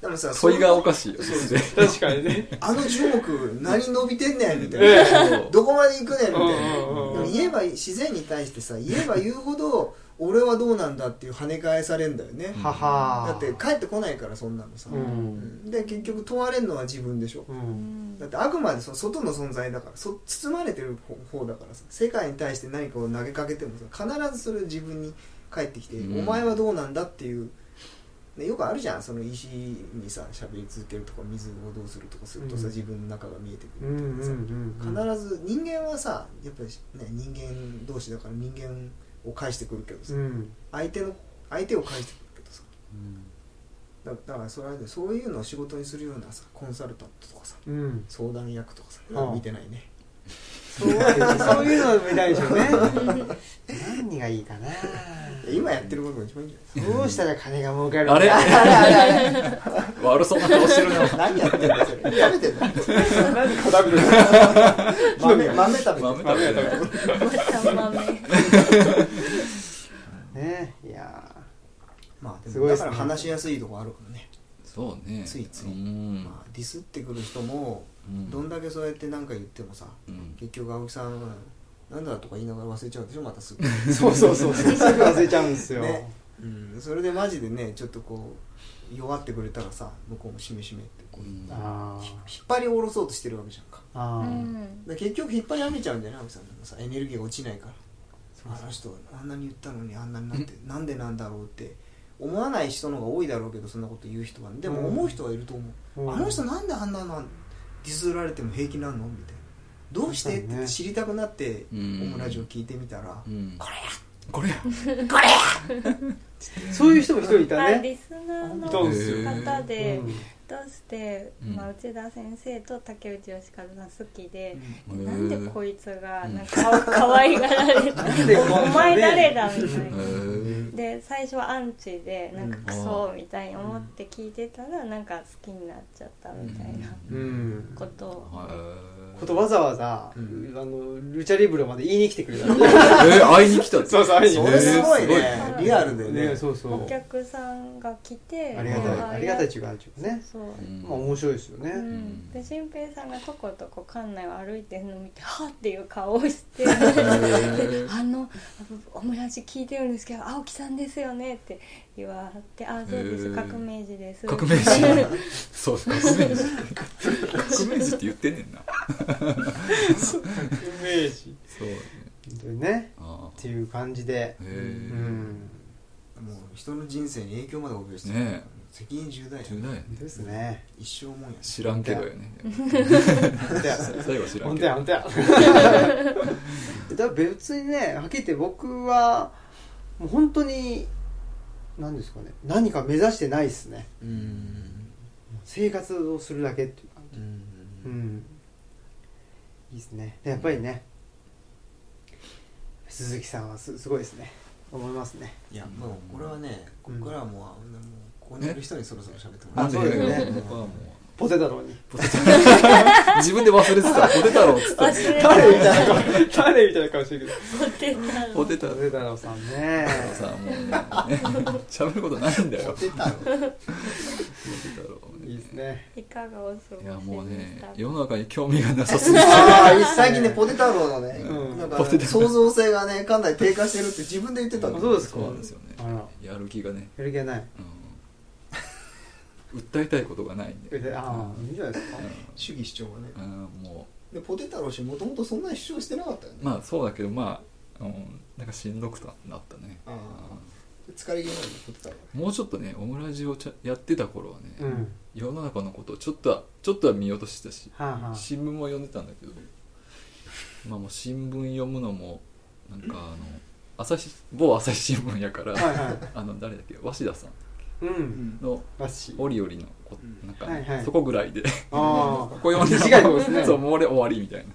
Speaker 2: でもさ
Speaker 4: 問いがおか
Speaker 2: しい
Speaker 4: しいよね
Speaker 1: 確かにね
Speaker 2: あの樹木何伸びてんねんみたいな
Speaker 1: え
Speaker 4: そう
Speaker 2: どこまで行くねんみたいな
Speaker 1: うんうんうん
Speaker 2: でも言えば自然に対してさ言えば言うほど俺はどうなんだっていう跳ね返されんだよね
Speaker 1: えはは
Speaker 2: だって帰ってこないからそんなのさ、
Speaker 1: うん
Speaker 2: で結局問われるのは自分でしょ
Speaker 1: う
Speaker 3: うんん
Speaker 2: だってあくまでその外の存在だからそ包まれてる方方だからさ世界に対して何かを投げかけてもさ必ずそれを自分に返ってきて、
Speaker 4: うん
Speaker 2: お前はどうなんだっていう、ね、よくあるじゃんその石にさ喋り続けるとか水をどうするとかするとさ、
Speaker 1: うん
Speaker 2: 自分の中が見えてく
Speaker 1: う
Speaker 2: る
Speaker 1: ん
Speaker 2: と
Speaker 1: うん
Speaker 2: か
Speaker 1: う
Speaker 2: さ、
Speaker 1: ん
Speaker 2: 必ず人間はさやっぱりね人間同士だから人間を返してくるけどさ、
Speaker 1: うん
Speaker 2: 相手の相手を返してくるけどさだだからそれはねそういうのを仕事にするようなさコンサルタントとかさ
Speaker 1: うん
Speaker 2: 相談役とかさ、
Speaker 1: ああ
Speaker 2: 見てないね
Speaker 1: そう そういうの見たいでしょうね何がいいかない
Speaker 2: や今やってることが一番いいんじゃ
Speaker 1: どうしたら金が儲かるの
Speaker 4: あれ
Speaker 1: か
Speaker 4: 悪そうな顔してるな
Speaker 2: ない何やってんだよそれ食べてんだよ
Speaker 1: 何か食べる
Speaker 2: 豆豆食べて
Speaker 4: 豆
Speaker 2: る
Speaker 4: 食べてる
Speaker 3: また豆
Speaker 1: ねいや
Speaker 2: まあですも
Speaker 1: ごいで
Speaker 2: だ
Speaker 1: す
Speaker 2: か
Speaker 1: ね
Speaker 2: ら話しやすいとこあるからね、
Speaker 4: そうね
Speaker 2: ついつい
Speaker 4: うん
Speaker 2: まあ、ディスってくる人も
Speaker 4: うん
Speaker 2: どんだけそうやって何か言ってもさ
Speaker 4: うん
Speaker 2: 結局青木さんはなんだとか言いながら忘れちゃうでしょまたすぐ、
Speaker 1: そうそうそうすぐ忘れちゃうんですよ
Speaker 2: ねうん、それでマジでねちょっとこう弱ってくれたらさ向こうもしめしめってこう
Speaker 4: うん
Speaker 1: あー
Speaker 2: 引っ張り下ろそうとしてるわけじゃんか
Speaker 1: あ
Speaker 3: う
Speaker 1: ー
Speaker 3: ん
Speaker 2: で結局引っ張り上げちゃうんじゃない青木さんでもさエネルギーが落ちないから
Speaker 1: う
Speaker 2: あの人あんなに言ったのにあんなになってなんでなんだろうって思わない人の方が多いだろうけどそんなこと言う人はで
Speaker 1: うん
Speaker 2: も思う人はいると思う、
Speaker 1: うん
Speaker 2: あの人なんであんなのディスられても平気なのみたいなどうして
Speaker 1: 確
Speaker 2: っ
Speaker 1: かに
Speaker 2: て
Speaker 1: ね
Speaker 2: 知りたくなって、
Speaker 4: うん
Speaker 2: オムラジオ聞いてみたら、
Speaker 4: うん
Speaker 2: これや
Speaker 4: これや
Speaker 1: そういう人も一人いた
Speaker 3: あ
Speaker 1: ね
Speaker 3: リスナー
Speaker 1: いたんです
Speaker 4: よ
Speaker 3: の方で
Speaker 1: うん
Speaker 3: どうして、
Speaker 4: うん
Speaker 3: まあ、内田先生と竹内義和さん好きで、
Speaker 4: うん
Speaker 3: なんでこいつ
Speaker 4: う
Speaker 3: が
Speaker 4: ん
Speaker 3: なんか可愛がられ た
Speaker 1: なんでこんな
Speaker 3: お
Speaker 1: ね
Speaker 3: 前誰だみたい
Speaker 4: へ
Speaker 3: な。
Speaker 4: ー
Speaker 3: で最初はアンチでなんか
Speaker 2: うん
Speaker 3: クソみたいに思って聞いてたらなんか好きになっちゃったみたいな
Speaker 1: うん
Speaker 3: ことを
Speaker 4: へー
Speaker 1: ことわざわざ、
Speaker 2: うん
Speaker 1: あのルチャリブロまで言いに来てくれた
Speaker 4: えー、会いに来た
Speaker 1: そうそう会いに
Speaker 2: そ
Speaker 1: 来て
Speaker 2: れすごい
Speaker 4: え
Speaker 2: ね
Speaker 4: ー
Speaker 3: すごい
Speaker 2: リアルでね
Speaker 1: ねそうそう
Speaker 3: お客さんが来て
Speaker 1: ありがたいありがたいっちゅうかなんちゅうかね
Speaker 3: そう、
Speaker 4: うん
Speaker 1: まあ面白いですよね、
Speaker 3: うん、で新平さんがとことこ館内を歩いてるのを見てはっっていう顔をして
Speaker 4: へ
Speaker 3: で
Speaker 4: ー
Speaker 3: あのオムラジ聞いてるんですけど青木さんですよねって言われてあそうです
Speaker 4: へー
Speaker 3: 革命児です
Speaker 4: 革命児そう革命児革命児って言ってんねんな
Speaker 1: イメージ
Speaker 4: そうね
Speaker 1: でね
Speaker 4: あ
Speaker 1: っていう感じで
Speaker 4: ーへ
Speaker 1: う
Speaker 4: え、
Speaker 1: ん
Speaker 2: もう人の人生に影響まで及ぼしてる
Speaker 4: ね
Speaker 2: 責任重大や
Speaker 4: 重大やね
Speaker 1: です ね
Speaker 2: 一生もんやし
Speaker 4: 知らんけどよね
Speaker 1: 本当や
Speaker 4: 最後知らん
Speaker 1: 本当
Speaker 4: けど
Speaker 1: や本当 やだから別にねはっきり言って僕はもう本当に何ですかね何か目指してないですね
Speaker 2: うん
Speaker 1: 生活をするだけっていう感じ
Speaker 2: うん
Speaker 1: うんいいですねでやっぱりね、鈴木さんはすすごいですね思いますね
Speaker 2: いやもうこれはねここからはもうあんなもうここにいる人にそろそろ喋ってもら
Speaker 4: な
Speaker 2: うん
Speaker 4: で
Speaker 1: あそうですね
Speaker 4: 僕はもう
Speaker 1: ポテ太郎 に
Speaker 4: ポテト自分で忘れてたポテ太郎っつった
Speaker 3: 忘れ
Speaker 1: 誰み
Speaker 3: た
Speaker 1: たいな顔誰みたいな顔してるけど
Speaker 4: ポテ太
Speaker 1: ポ
Speaker 4: 郎
Speaker 1: テ太郎さんね
Speaker 4: さもうね 喋ることないんだよ
Speaker 2: モテたろ
Speaker 4: ポテ太郎ね
Speaker 1: いいですね
Speaker 3: いかがお過ごし
Speaker 4: い
Speaker 3: で
Speaker 4: やもう
Speaker 3: し
Speaker 4: ね
Speaker 3: たか
Speaker 4: 世の中に興味がなさすぎて
Speaker 2: ああ 最近ねポテ太郎のね、
Speaker 1: うん
Speaker 2: なんか
Speaker 4: ポテ太郎
Speaker 2: 創造性がねかなり低下してるって自分で言ってた
Speaker 1: あ
Speaker 2: の
Speaker 1: そうですか
Speaker 4: そうなんですよね
Speaker 1: あら
Speaker 4: やる気がね、
Speaker 1: やる気ない
Speaker 4: うん訴えたいことがないん
Speaker 1: あ
Speaker 4: で
Speaker 1: あいいんじゃないですか
Speaker 4: う
Speaker 2: 主義主張がね
Speaker 4: んうんも
Speaker 2: でポテ太郎氏もともとそんなに主張してなかったよね
Speaker 4: う、まあそうだけどまあ、うん、なんかしんどくなったね
Speaker 2: あ疲れ気味なんでポテ太郎
Speaker 4: うんもうちょっとねオムラジをちゃやってた頃はね、
Speaker 1: うん
Speaker 4: 世の中のことをちょっとはちょっとは見落としてたし
Speaker 1: はあはあ
Speaker 4: 新聞も読んでたんだけどまあもう新聞読むのもなんかあの朝日某朝日新聞やから、
Speaker 1: はいはい
Speaker 4: あの誰だっけ鷲田さ
Speaker 1: う
Speaker 2: うんん
Speaker 4: んの
Speaker 1: わっし
Speaker 4: オリオリのこ
Speaker 2: うん
Speaker 4: なんか、
Speaker 1: はいはい
Speaker 4: そこぐらいで
Speaker 1: あ
Speaker 4: こ
Speaker 1: あ
Speaker 4: こ読ん で
Speaker 1: 短いとこですね
Speaker 4: そうもう俺終わりみたいな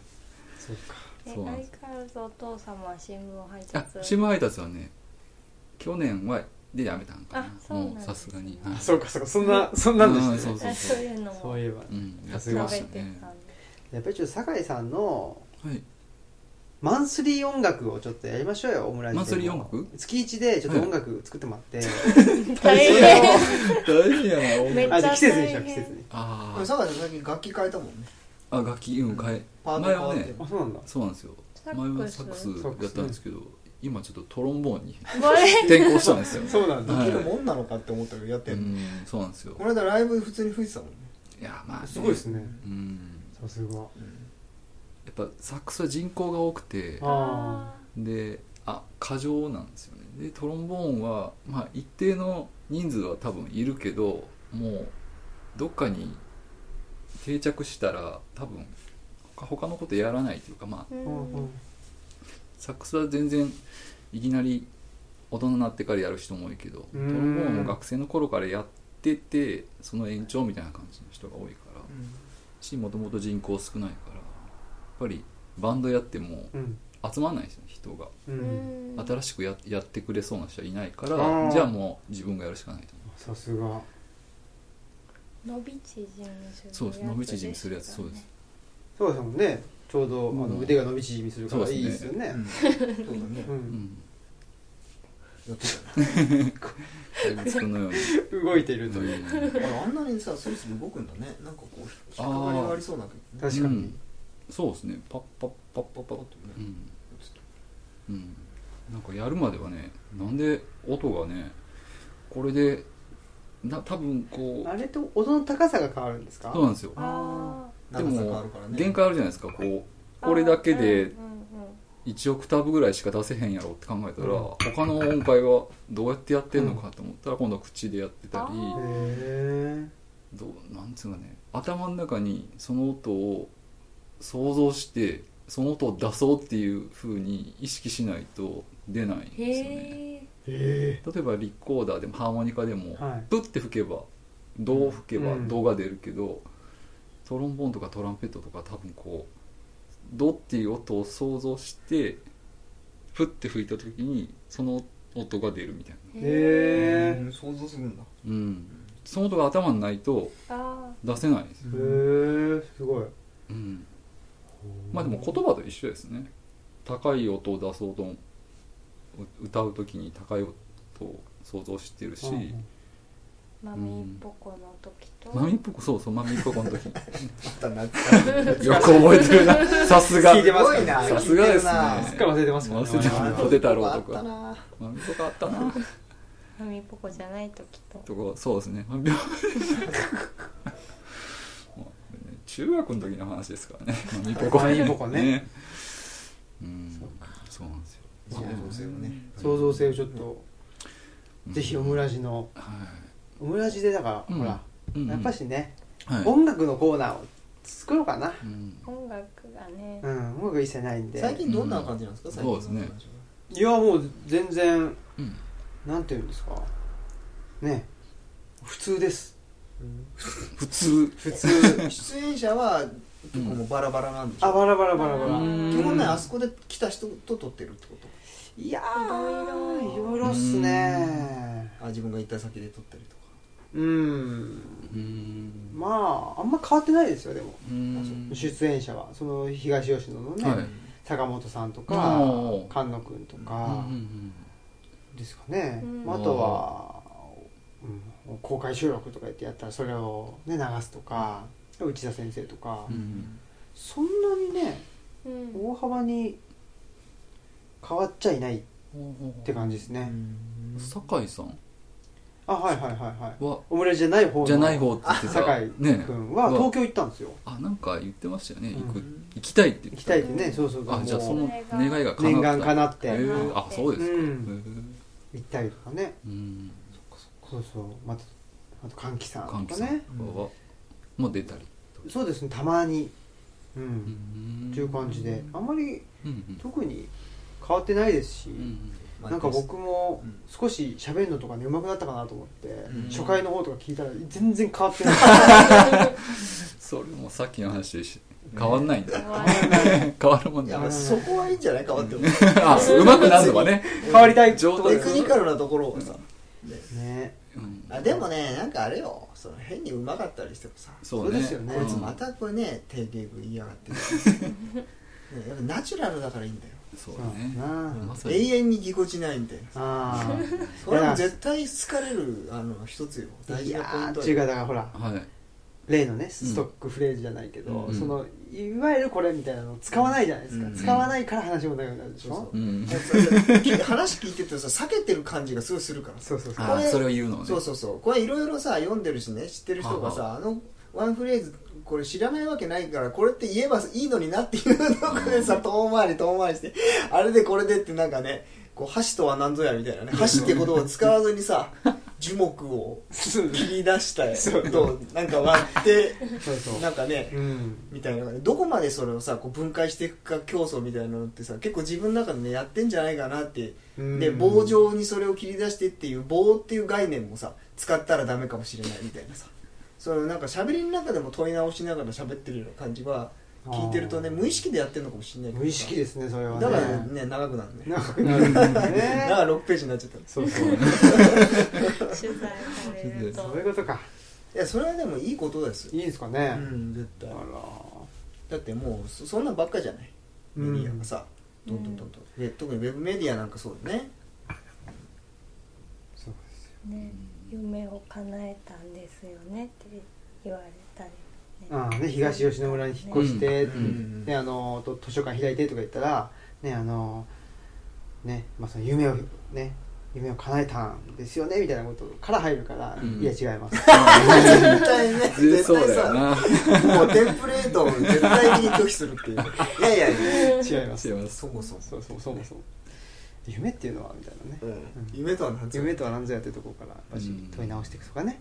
Speaker 1: そうか
Speaker 3: え
Speaker 4: そう
Speaker 3: 相
Speaker 4: なんです
Speaker 3: 変わらずお父様は新聞を配
Speaker 4: あ
Speaker 3: 達
Speaker 4: 新聞配達はね去年はでやめたんかな
Speaker 3: あそうなん
Speaker 4: もう
Speaker 3: ですね
Speaker 4: さすがにはい
Speaker 1: そうかそうかそんなそんなんで
Speaker 4: う
Speaker 1: し
Speaker 4: ん
Speaker 1: た
Speaker 4: そう
Speaker 1: ね
Speaker 4: そう
Speaker 3: あ
Speaker 4: そ
Speaker 3: そうういうの
Speaker 1: そ
Speaker 3: も
Speaker 1: ういえ
Speaker 3: 食
Speaker 1: ば
Speaker 4: うんや
Speaker 1: さ
Speaker 4: って
Speaker 1: すが
Speaker 4: ま
Speaker 1: で
Speaker 4: し
Speaker 3: べ
Speaker 4: た
Speaker 3: て
Speaker 4: ね
Speaker 3: たん
Speaker 1: やっぱりちょっと酒井さんの
Speaker 4: はい
Speaker 1: マンスリー音楽をちょっとやりましょうよオムライス
Speaker 4: マンスリー音楽
Speaker 1: 月一でちょっと音楽作ってもらって、
Speaker 3: で大変
Speaker 4: 大事やな
Speaker 3: め
Speaker 4: 音
Speaker 1: あ
Speaker 3: っちゃ
Speaker 4: 楽
Speaker 1: じゃあ 季節にした季節に
Speaker 4: あ
Speaker 2: で
Speaker 4: ー
Speaker 2: も酒井さん最近楽器変えたもんね
Speaker 4: あ楽器うん変え
Speaker 2: パート
Speaker 4: 前は
Speaker 2: 変わって
Speaker 4: ね
Speaker 2: る
Speaker 1: あそうなんだ
Speaker 4: そうなんですよ
Speaker 3: サ
Speaker 4: 前
Speaker 3: ッ
Speaker 4: は
Speaker 3: ク
Speaker 4: サ
Speaker 3: ス
Speaker 4: ックスやったんですけど今ちょっとトロンボーンに
Speaker 3: これ
Speaker 4: 転向したんですよ
Speaker 1: そうなんだ、
Speaker 4: は
Speaker 2: で
Speaker 4: い
Speaker 2: きるもんなのかって思ったけどやって
Speaker 4: うん
Speaker 2: の、
Speaker 4: んそうなんですよ
Speaker 2: この間ライブ普通に吹いてたもんね、
Speaker 4: いやまあね
Speaker 1: すごいですね
Speaker 4: うん
Speaker 1: さすが
Speaker 4: やっぱサックスは人口が多くて
Speaker 1: あ
Speaker 4: であ過剰なんですよねでトロンボーンは、まあ、一定の人数は多分いるけどもうどっかに定着したら多分他他のことやらないというか、まあ、
Speaker 3: う
Speaker 1: うんうんん
Speaker 4: サックスは全然いきなり大人になってからやる人も多いけどト
Speaker 1: う
Speaker 4: ロ
Speaker 1: ん
Speaker 4: ンボーンも学生の頃からやっててその延長みたいな感じの人が多いからしもともと人口少ないからやっぱりバンドやっても
Speaker 1: うん
Speaker 4: 集まらないですよね人が。
Speaker 1: う
Speaker 3: うんん
Speaker 4: 新しくややってくれそうな人はいないから
Speaker 1: あー
Speaker 4: じゃあもう自分がやるしかないと思
Speaker 1: さ
Speaker 4: う
Speaker 1: すが
Speaker 3: 伸び縮みするやつ
Speaker 4: そうです伸び縮みするやつ
Speaker 3: した
Speaker 4: そうです
Speaker 1: そうですもんねちょうど、あ
Speaker 4: う
Speaker 1: の
Speaker 4: ん
Speaker 1: 腕が伸び縮みするから
Speaker 4: そう
Speaker 1: いい
Speaker 4: で
Speaker 1: です
Speaker 4: すね
Speaker 1: よね
Speaker 2: うんそうだね
Speaker 1: う、
Speaker 4: うん ん
Speaker 2: やってたね
Speaker 4: 怪物のように
Speaker 1: 動いてると
Speaker 4: と
Speaker 1: いう、
Speaker 4: いう
Speaker 2: あれあんなにさスルスル動くんだねなんかこう引っかかりがありそうなけどね
Speaker 1: 確かに、
Speaker 4: うんそうですねパッパッパッパッパッ
Speaker 2: とね
Speaker 4: うん、うん、なんかやるまではねなんで音がねこれでな多分こ
Speaker 1: あ
Speaker 4: う
Speaker 1: れと音の高さが変わるんですか
Speaker 4: そうなんですよ
Speaker 3: あ
Speaker 4: で
Speaker 2: 長さ変わ
Speaker 4: も
Speaker 2: るからね
Speaker 4: 限界あるじゃないですかこう
Speaker 3: ー
Speaker 4: これだけ
Speaker 3: う
Speaker 4: で
Speaker 3: んうん
Speaker 4: 1オクターブぐらいしか出せへんやろって考えたら、
Speaker 1: うん
Speaker 4: 他の音階はどうやってやってんのかと思ったら今度は口でやってたり、
Speaker 3: あ
Speaker 1: へ
Speaker 4: どうなんつうかね頭の中にその音を想像してその音を出そうっていうふうに意識しないと出ないん
Speaker 3: うん
Speaker 4: ですよね
Speaker 3: へえ
Speaker 1: えへ
Speaker 4: 例えばリコーダーでもハーモニカでも、
Speaker 1: はい
Speaker 4: プッて吹けばどう吹けば
Speaker 1: うん
Speaker 4: 動画出るけど、トロンボーンとかトランペットとか多分こうドっていう音を想像してプッて吹いた時にその音が出るみたいな、
Speaker 1: え
Speaker 2: う
Speaker 1: へ
Speaker 2: ん想像するんだ
Speaker 4: うん、その音が頭にないと
Speaker 3: あ
Speaker 4: 出せないですよ
Speaker 1: えへえすごい
Speaker 4: うん、まあでも言葉と一緒ですね高い音を出そうとう歌う時に高い音を想像してるし、
Speaker 3: マミーポコの時と、
Speaker 4: マミっぽくそうそうマミっぽくの時
Speaker 2: たな
Speaker 4: よく覚え てるなさすが
Speaker 1: 聞いてます
Speaker 2: すごいな
Speaker 4: さすがですね
Speaker 1: すっかり忘れてますからね
Speaker 4: 忘れ
Speaker 1: 我
Speaker 4: て
Speaker 1: 々
Speaker 4: ます
Speaker 1: は
Speaker 4: ポテ太郎と
Speaker 2: あった
Speaker 4: か
Speaker 2: な
Speaker 4: マミっぽかあったな
Speaker 3: マミーポコじゃない時と
Speaker 4: とかそうですねまあ病 まあこれね中学の時の話ですか らねまあミポコ
Speaker 1: まあミポコね
Speaker 4: うんそうなんですよ
Speaker 1: そうですよ
Speaker 2: ね
Speaker 1: 創造性をちょっと、
Speaker 4: うん
Speaker 1: ぜひオムラジの
Speaker 4: は
Speaker 1: オムラジでだから、
Speaker 4: うん
Speaker 1: ほら
Speaker 4: いうん
Speaker 1: やっぱしね、
Speaker 4: はい
Speaker 1: 音楽のコーナーを作ろうかな
Speaker 4: うん
Speaker 3: 音楽がね
Speaker 1: う、ん音楽一切ないんで
Speaker 2: 最近どんな感じなんですか、最近
Speaker 4: そうですね
Speaker 1: いやもう全然
Speaker 4: うん
Speaker 1: なんていうんですかね普通です
Speaker 2: うん
Speaker 4: 普通
Speaker 1: 普通
Speaker 2: 出演者は
Speaker 4: う
Speaker 2: どこ
Speaker 4: ん
Speaker 2: もバラバラなんでしょ
Speaker 1: あバラバラバラバ
Speaker 3: う
Speaker 1: ラ
Speaker 3: ん
Speaker 2: 基本ねあそこで来た人と撮ってるってこ
Speaker 1: いや
Speaker 3: い
Speaker 1: ー
Speaker 3: ろい
Speaker 1: い
Speaker 3: ろ
Speaker 1: ろいろっすね
Speaker 2: とあ自分が行った先で撮ったりとか
Speaker 1: うん
Speaker 4: うん
Speaker 1: まああんま変わってないですよでも
Speaker 4: うん
Speaker 1: 出演者はその東吉野のね、
Speaker 4: はい
Speaker 1: 坂本さんとか
Speaker 4: おー
Speaker 1: 菅野君と
Speaker 4: うんう
Speaker 1: か
Speaker 4: ん
Speaker 1: ですかね、
Speaker 3: うん
Speaker 1: まあ、あとは、うん、公開収録とか言ってやったらそれを、ね、流すとか内田先生とか、
Speaker 4: うんうん
Speaker 1: そんなにね
Speaker 3: うん
Speaker 1: 大幅に変わっちゃいないっ
Speaker 4: ほうほうほう
Speaker 1: て感じですね、
Speaker 2: うん
Speaker 4: 酒井さん
Speaker 1: あはいはいはいはい
Speaker 4: は
Speaker 1: オムライスじゃない方の
Speaker 4: じゃない方って言ってた
Speaker 1: 酒井
Speaker 4: ね
Speaker 1: 君は
Speaker 4: うわ
Speaker 1: 東京行ったんですよ
Speaker 4: あなんか言ってましたよね、行
Speaker 1: う
Speaker 4: く
Speaker 2: ん
Speaker 4: 行きたいって言
Speaker 1: 行
Speaker 4: っ
Speaker 1: き
Speaker 4: て
Speaker 1: た
Speaker 4: た
Speaker 1: いってねそうそうそう
Speaker 4: あじゃあ
Speaker 1: もう
Speaker 4: その願いが叶った
Speaker 1: 念願叶って
Speaker 4: へえあそうですか、
Speaker 1: う
Speaker 4: へ
Speaker 1: ん行ったりとかね
Speaker 4: えうん
Speaker 1: そうそうまたあと歓喜さ
Speaker 4: 歓
Speaker 1: ん
Speaker 4: 喜
Speaker 1: とか
Speaker 4: さん
Speaker 1: ね
Speaker 4: は、もう出たり
Speaker 1: そうですねたまにうん、
Speaker 4: ん
Speaker 1: っていう感じであんまり
Speaker 4: うんうん
Speaker 1: 特に変わってないですし、
Speaker 4: うん
Speaker 2: まあ
Speaker 1: なんか僕も
Speaker 2: うん
Speaker 1: 少し喋るのとかねうまくなったかなと思って、
Speaker 2: ん
Speaker 1: 初回の方とか聞いたら全然変わってない
Speaker 4: それもさっきの話と一緒変わんないんだ、
Speaker 3: 変わらない
Speaker 4: 変わるもん
Speaker 2: い
Speaker 4: じ
Speaker 2: や
Speaker 4: ゃ
Speaker 2: ま
Speaker 4: ない
Speaker 2: あそこはいいんじゃない変わっても
Speaker 4: あうまくなるのがね、
Speaker 1: 変わり たい
Speaker 4: 上
Speaker 1: と
Speaker 4: 手
Speaker 1: こ
Speaker 2: テ
Speaker 1: で
Speaker 2: ク
Speaker 1: す
Speaker 2: ニカルなところをさ
Speaker 1: ね
Speaker 4: うん
Speaker 2: あでもねなんかあれよその変にうまかったりしてもさ
Speaker 4: そう
Speaker 1: そう
Speaker 4: ね
Speaker 1: ですよね
Speaker 2: こいつ
Speaker 4: うん
Speaker 2: またこれね定型文言いやがってねやっぱナチュラルだからいいんだよ
Speaker 4: そう
Speaker 1: そ
Speaker 4: だ
Speaker 1: う
Speaker 4: ね
Speaker 1: だな、
Speaker 4: まさに
Speaker 2: 永遠にぎこちないみたいな
Speaker 1: ああ
Speaker 2: それも絶対好かれるあの一つよ大
Speaker 1: い
Speaker 2: 事
Speaker 1: や
Speaker 2: なポイン
Speaker 1: ー
Speaker 2: ト
Speaker 1: っていう
Speaker 2: よ
Speaker 1: かだからほら
Speaker 4: はい
Speaker 1: 例のねストックフレーズじゃないけど、
Speaker 4: うん
Speaker 1: そのいわゆるこれみたいなのを使わないじゃないですか、
Speaker 2: うん
Speaker 1: 使わないから話も長くなるでしょ、
Speaker 4: うん
Speaker 2: そうそうき話聞いてるとさ避けてる感じがすごいするから
Speaker 1: そうそうそう
Speaker 4: あそれを言うのね
Speaker 2: そうそうそうこれいろいろさ読んでるしね知ってる人が
Speaker 4: は
Speaker 2: さあのワンフレーズこれ知らないわけないからこれって言えばいいのになっていうのをねさ遠回り遠回りしてあれでこれでってなんかねこう箸とは何ぞやみたいなね箸って言葉を使わずに さ樹木を切り出したやつとなんか割って
Speaker 1: そうそう
Speaker 2: なんかね
Speaker 1: うん
Speaker 2: みたいなどこまでそれをさこう分解していくか競争みたいなのってさ結構自分の中でねやってんじゃないかなってで棒状にそれを切り出してっていう棒っていう概念もさ使ったらダメかもしれないみたいなさそのなんか喋りの中でも問い直しながら喋ってるような感じは聞いてるとね
Speaker 1: あー
Speaker 2: 無意識でやってるのかもしれないけどさ
Speaker 1: 無意識ですねそれはね
Speaker 2: だからね長くなるね
Speaker 1: 長くなるんです
Speaker 2: だ
Speaker 1: ね
Speaker 2: から6ページになっちゃったんです
Speaker 1: そうそう
Speaker 3: 取材されると
Speaker 1: そういうことか
Speaker 2: いやそれはでもいいことですよ
Speaker 1: いいですか
Speaker 2: う
Speaker 1: ね、
Speaker 2: ん絶
Speaker 1: あ
Speaker 2: 対
Speaker 1: ら
Speaker 2: だってもうそそんなんばっかじゃないメディアがさ
Speaker 3: う
Speaker 2: ど
Speaker 3: ん
Speaker 2: んどんどんどんで特にウェブメディアなんかそうだね
Speaker 1: そう
Speaker 3: ね夢を叶えたんですよねって言われたり
Speaker 1: ああね、東吉野村に引っ越して、
Speaker 2: うんうん
Speaker 1: であのと図書館開いてとか言ったら、ねあのねまあ、その夢をね夢を叶えたんですよねみたいなことから入るから、
Speaker 4: うん
Speaker 1: いや違い ます
Speaker 2: 絶対ね
Speaker 4: うん
Speaker 2: 絶
Speaker 4: そう
Speaker 2: 対
Speaker 4: だよ
Speaker 2: さ
Speaker 4: な
Speaker 2: もうテンプレートを絶対に拒否するっていういやいやいや
Speaker 1: 違います
Speaker 4: 違います
Speaker 2: そもそも
Speaker 1: そうそうそうそう夢っていうのはみたいなね、
Speaker 2: うん夢とは何ぞ
Speaker 1: 夢とは何ぞやってとこからやっぱし
Speaker 4: うん
Speaker 1: 問い直していくとかね、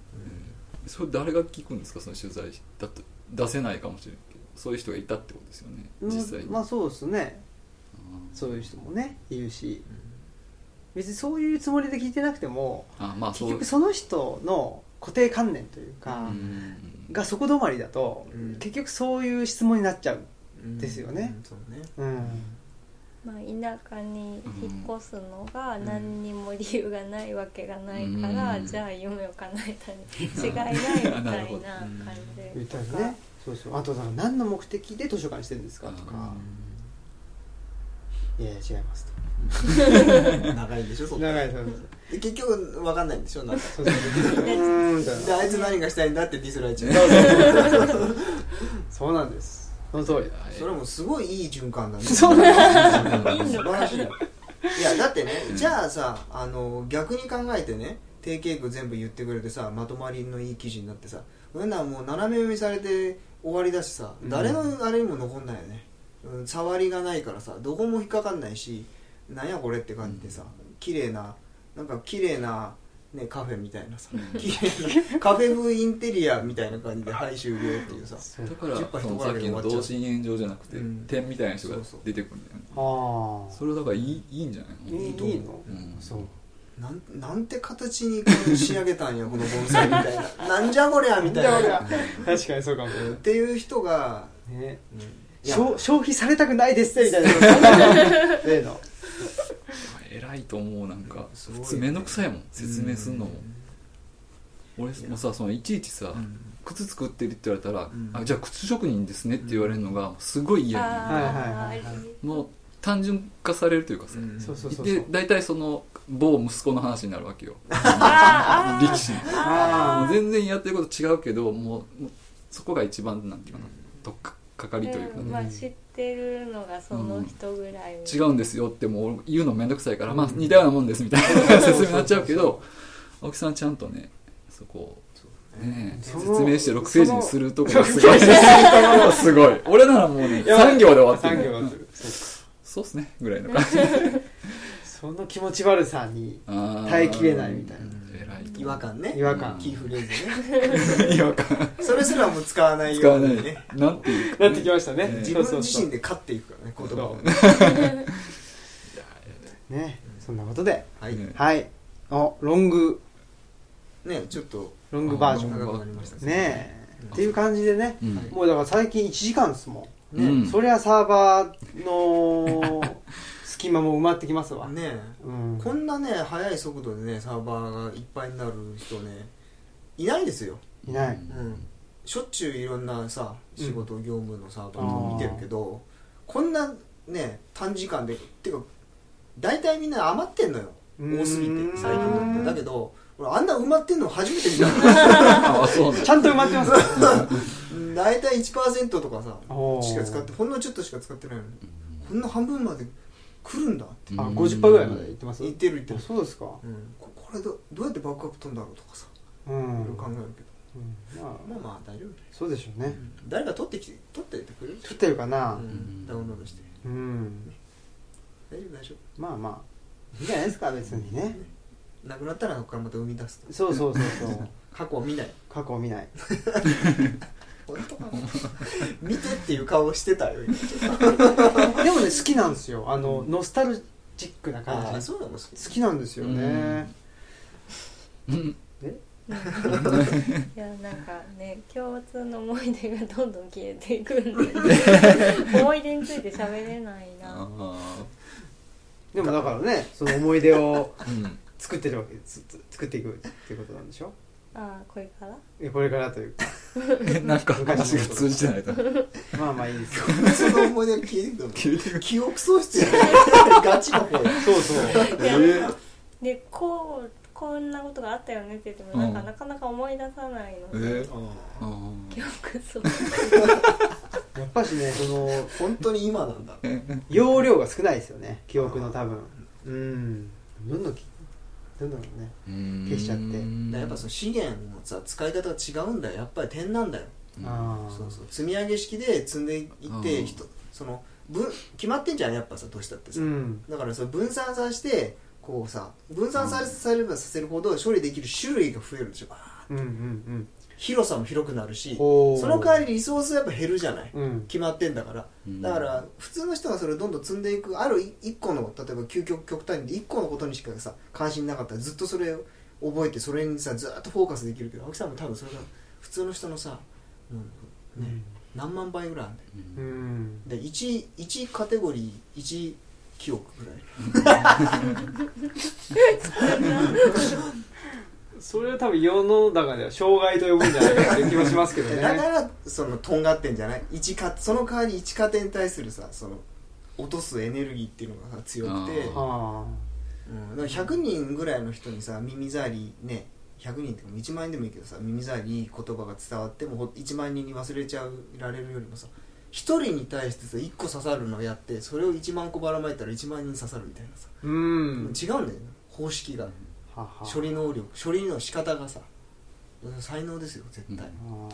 Speaker 4: それ誰が聞くんですかその取材だと出せないかもしれないけどそういう人がいたってことですよね
Speaker 1: うん
Speaker 4: 実際に、
Speaker 1: まあそうですね
Speaker 4: うん
Speaker 1: そういう人もねいるし別にそういうつもりで聞いてなくても
Speaker 4: あまあ
Speaker 1: 結
Speaker 4: そう
Speaker 1: 局その人の固定観念というか、
Speaker 4: うん
Speaker 1: がそこ止まりだと、
Speaker 2: うん
Speaker 1: 結局そういう質問になっちゃう、
Speaker 2: うん
Speaker 1: ですよね
Speaker 2: うんそうね
Speaker 1: うん、
Speaker 3: まあ、田舎に引っ越すのが何にも理由がないわけがないから、
Speaker 4: うん
Speaker 3: じゃあ夢を叶えたに違いないみたいな
Speaker 4: なるほど
Speaker 3: 感じ
Speaker 1: みたい
Speaker 3: と
Speaker 1: な
Speaker 3: か
Speaker 1: ねそうそうあとだから何の目的で図書館にしてるんですかとか「いやいや違います」
Speaker 2: 長いんでしょそ
Speaker 1: と
Speaker 2: っ
Speaker 1: 長
Speaker 2: から
Speaker 1: いそう
Speaker 2: で結局分かんないんでしょなんか
Speaker 1: そうそうそううーんみたい
Speaker 2: で
Speaker 1: な
Speaker 2: あいつ何がしたいんだってディスられちゃう
Speaker 1: そうなんですその通り
Speaker 2: それもすごいいい循環だね
Speaker 1: そうなんです
Speaker 2: 素晴らしいよいやだってねじゃあさあの逆に考えてね定型句全部言ってくれてさまとまりのいい記事になってさそんなんもう斜め読みされて終わりだしさ
Speaker 1: うん
Speaker 2: 誰のあれにも残んないよね、うん、触りがないからさどこも引っかかんないしなんやこれって感じでさ綺麗ななんか綺麗なねカフェみたいなさ綺麗なカフェ風インテリアみたいな感じで廃終了っていうさ
Speaker 1: そう
Speaker 4: だから
Speaker 2: 10杯
Speaker 4: そのさっきの同心円状じゃなくて、
Speaker 2: うん
Speaker 4: 点みたいな人が
Speaker 2: そうそう
Speaker 4: 出てくるんだよね
Speaker 1: ああ
Speaker 4: それだからいいいいんじゃないの
Speaker 1: いいの
Speaker 4: うん
Speaker 1: そう
Speaker 2: なんなんて形にこう仕上げたんやこの盆栽みたいななんじゃこりゃみたい
Speaker 1: なんじ
Speaker 2: な
Speaker 1: ゃ確かにそうかもね
Speaker 2: っていう人が、
Speaker 1: ね
Speaker 2: うんいや
Speaker 1: 消消費されたくないですってみたいな 例の
Speaker 4: 偉いと思うなんか
Speaker 2: すごい
Speaker 4: 普
Speaker 2: よね
Speaker 4: 通面倒くさいもん説明するのも俺
Speaker 2: いや
Speaker 4: もさそのいちいちさ、
Speaker 2: うん
Speaker 4: 靴作ってるって言われたら、
Speaker 2: うん
Speaker 4: あじゃあ靴職人ですねって言われるのがすごい嫌になる
Speaker 1: は
Speaker 3: あ
Speaker 1: いはいはいはい
Speaker 3: ー
Speaker 4: もう単純化されるというかさ、
Speaker 2: うん
Speaker 1: そうそうそうそ
Speaker 4: で
Speaker 1: う
Speaker 4: 大体その某息子の話になるわ けよ
Speaker 3: あー
Speaker 4: 力士のも
Speaker 1: あ
Speaker 4: う全然やってること違うけどもうもうそこが一番なんていうかなとっかかかりというか
Speaker 3: うん
Speaker 4: ね、
Speaker 3: まあ知ってるのがその人ぐらい、
Speaker 4: 違うんですよってもう俺言うのめんどくさいから、まあ
Speaker 1: うん
Speaker 4: 似たようなもんですみたいな説明になっちゃうけ
Speaker 1: そう
Speaker 4: ど青木さんちゃんとねそこをねえ
Speaker 1: そ
Speaker 4: 説
Speaker 1: の
Speaker 4: 明して6ページにするとこがす
Speaker 1: そ
Speaker 4: ご
Speaker 1: の
Speaker 4: いすごい俺ならもうね3行で終わって
Speaker 1: 産
Speaker 4: る
Speaker 1: 業はするそう
Speaker 4: そうっすねぐらいの感じ
Speaker 1: その気持ち悪さに
Speaker 4: あー
Speaker 1: 耐えきれないみたいな
Speaker 4: 偉いと思う
Speaker 2: 違和感ね
Speaker 1: 違和感
Speaker 2: キーフレーズ ね
Speaker 4: 違和感
Speaker 2: それすらも使わない
Speaker 4: 使
Speaker 2: よ
Speaker 4: わ
Speaker 2: う
Speaker 4: ない
Speaker 2: にね
Speaker 4: なんていうか
Speaker 1: なってきましたね
Speaker 4: ね
Speaker 2: 自分自身で勝っていくからね言葉をね
Speaker 1: ねそんなことで
Speaker 2: はい
Speaker 4: ね
Speaker 1: はいおロング
Speaker 2: ねちょっと
Speaker 1: ロングバージョン
Speaker 2: 長くなりましたけど
Speaker 1: ねえっていう感じでね
Speaker 4: うん
Speaker 2: はい
Speaker 1: もうだから最近1時間ですも、
Speaker 4: うんん
Speaker 1: そりゃサーバーの隙間も埋まってきますわ、
Speaker 2: ね
Speaker 1: うん、
Speaker 2: こんなね速い速度でねサーバーがいっぱいになる人ねいないですよ
Speaker 1: いない、
Speaker 2: うんしょっちゅういろんなさ仕事業務のサーバーを見てるけど、こんなね短時間でてか大体みんな余ってんのよ
Speaker 1: うん
Speaker 2: 多すぎて最近だってだけど俺あんな埋まってんの初めて見た
Speaker 4: あそうなん
Speaker 1: ちゃんと埋まってます
Speaker 2: うん大体1%とかさ
Speaker 1: おー
Speaker 2: しか使ってほんのちょっとしか使ってないのにこんな半分まで来るんだって
Speaker 1: あ50%ぐらいまでいってます
Speaker 2: 言ってる言ってる
Speaker 1: あ、そうですか
Speaker 2: うん、ここれどどうやってバックアップ取るんだろうとかさ
Speaker 1: うん、
Speaker 2: いうろいろ
Speaker 1: んま
Speaker 2: 考えるけど、
Speaker 1: あ、
Speaker 2: まあまあ大丈夫だよ
Speaker 1: そうでしょうね
Speaker 2: 誰か取ってきて取ってってくれるでし
Speaker 1: 撮ってるか
Speaker 2: ょ、
Speaker 1: な
Speaker 2: うん、ダウンロードして
Speaker 1: うん、
Speaker 2: 大丈夫大丈夫
Speaker 1: まあまあいいんじゃないですか別にね
Speaker 2: なくなったらそこからまた生み出すと
Speaker 1: そうそうそうそう
Speaker 2: 過去を見ない
Speaker 1: 過去を見 ない
Speaker 2: 本当かな見てっていう顔してたよ今
Speaker 1: でもね好きなんですよあの、ノスタルジックな感
Speaker 2: ああ
Speaker 1: じ
Speaker 2: そうなの好
Speaker 1: 好きなんですよね、
Speaker 4: うん
Speaker 3: いやなんかね共通の思い出がどんどん消えていくんで 思い出について喋れない
Speaker 4: あ
Speaker 3: な
Speaker 1: でもだから ねその思い出を
Speaker 4: ーうん
Speaker 1: 作ってるわけつつ作っていくっていうことなんでしょ
Speaker 3: あーこれから
Speaker 1: いやこれからというか
Speaker 4: えなんか話が通じてないと
Speaker 1: まあまあいいですよ
Speaker 2: その思い出が消えてく
Speaker 4: 消えて
Speaker 2: る記憶喪失やねガチの方や
Speaker 1: そうそう
Speaker 3: いや
Speaker 4: えー
Speaker 3: でこうこんなことがあったよねって言ってもなんか、
Speaker 4: うん
Speaker 3: なかなか思い出さないので、
Speaker 4: え
Speaker 2: あ
Speaker 4: ー
Speaker 3: 記憶そう
Speaker 1: やっぱしねその
Speaker 2: 本当に今なんだ
Speaker 1: 容量が少ないですよね記憶の多分うんどんどんきどんどんね
Speaker 4: うん
Speaker 1: 消しちゃって
Speaker 2: やっぱその資源のさ使い方が違うんだよやっぱり点なんだよ
Speaker 1: ああ
Speaker 2: そうそう積み上げ式で積んでいって、
Speaker 4: うん
Speaker 2: 人その分決まってんじゃんやっぱさどうしたってさ、
Speaker 1: ん
Speaker 2: だからその分散させてこうさ分散させればさせるほど処理できる種類が増えるでしょ
Speaker 1: うんうん
Speaker 2: 広さも広くなるし
Speaker 1: ほう
Speaker 2: その代わりリソースやっぱ減るじゃない、
Speaker 1: うんうん
Speaker 2: 決まってんだから
Speaker 4: うん
Speaker 2: だから普通の人がそれをどんどん積んでいくある一個の例えば究極極端に一個のことにしかさ関心なかったらずっとそれを覚えてそれにさずっとフォーカスできるけど青木さんも多分それが普通の人のさ、うんね何万倍ぐらいあるん
Speaker 4: うん
Speaker 2: だよ
Speaker 1: うん
Speaker 2: で 1, 1カテゴリー1記憶ぐらい
Speaker 1: それは多分世の中では障害と呼ぶんじゃないかっていう気もしますけ どね
Speaker 2: だからそのとんがってんじゃない一かその代わり一過程に対するさその落とすエネルギーっていうのがさ強くて、
Speaker 4: あ
Speaker 1: あ
Speaker 2: うん、だから100人ぐらいの人にさ耳障りね100人ってか1万円でもいいけどさ耳障りいい言葉が伝わってもほ1万人に忘れちゃうられるよりもさ1人に対してさ1個刺さるのをやってそれを1万個ばらまいたら1万人刺さるみたいなさ、
Speaker 1: ーうん
Speaker 2: 違うんだよね方式が
Speaker 1: はは
Speaker 2: 処理能力処理の仕方がさ才能ですよ絶対、
Speaker 4: うん
Speaker 2: うん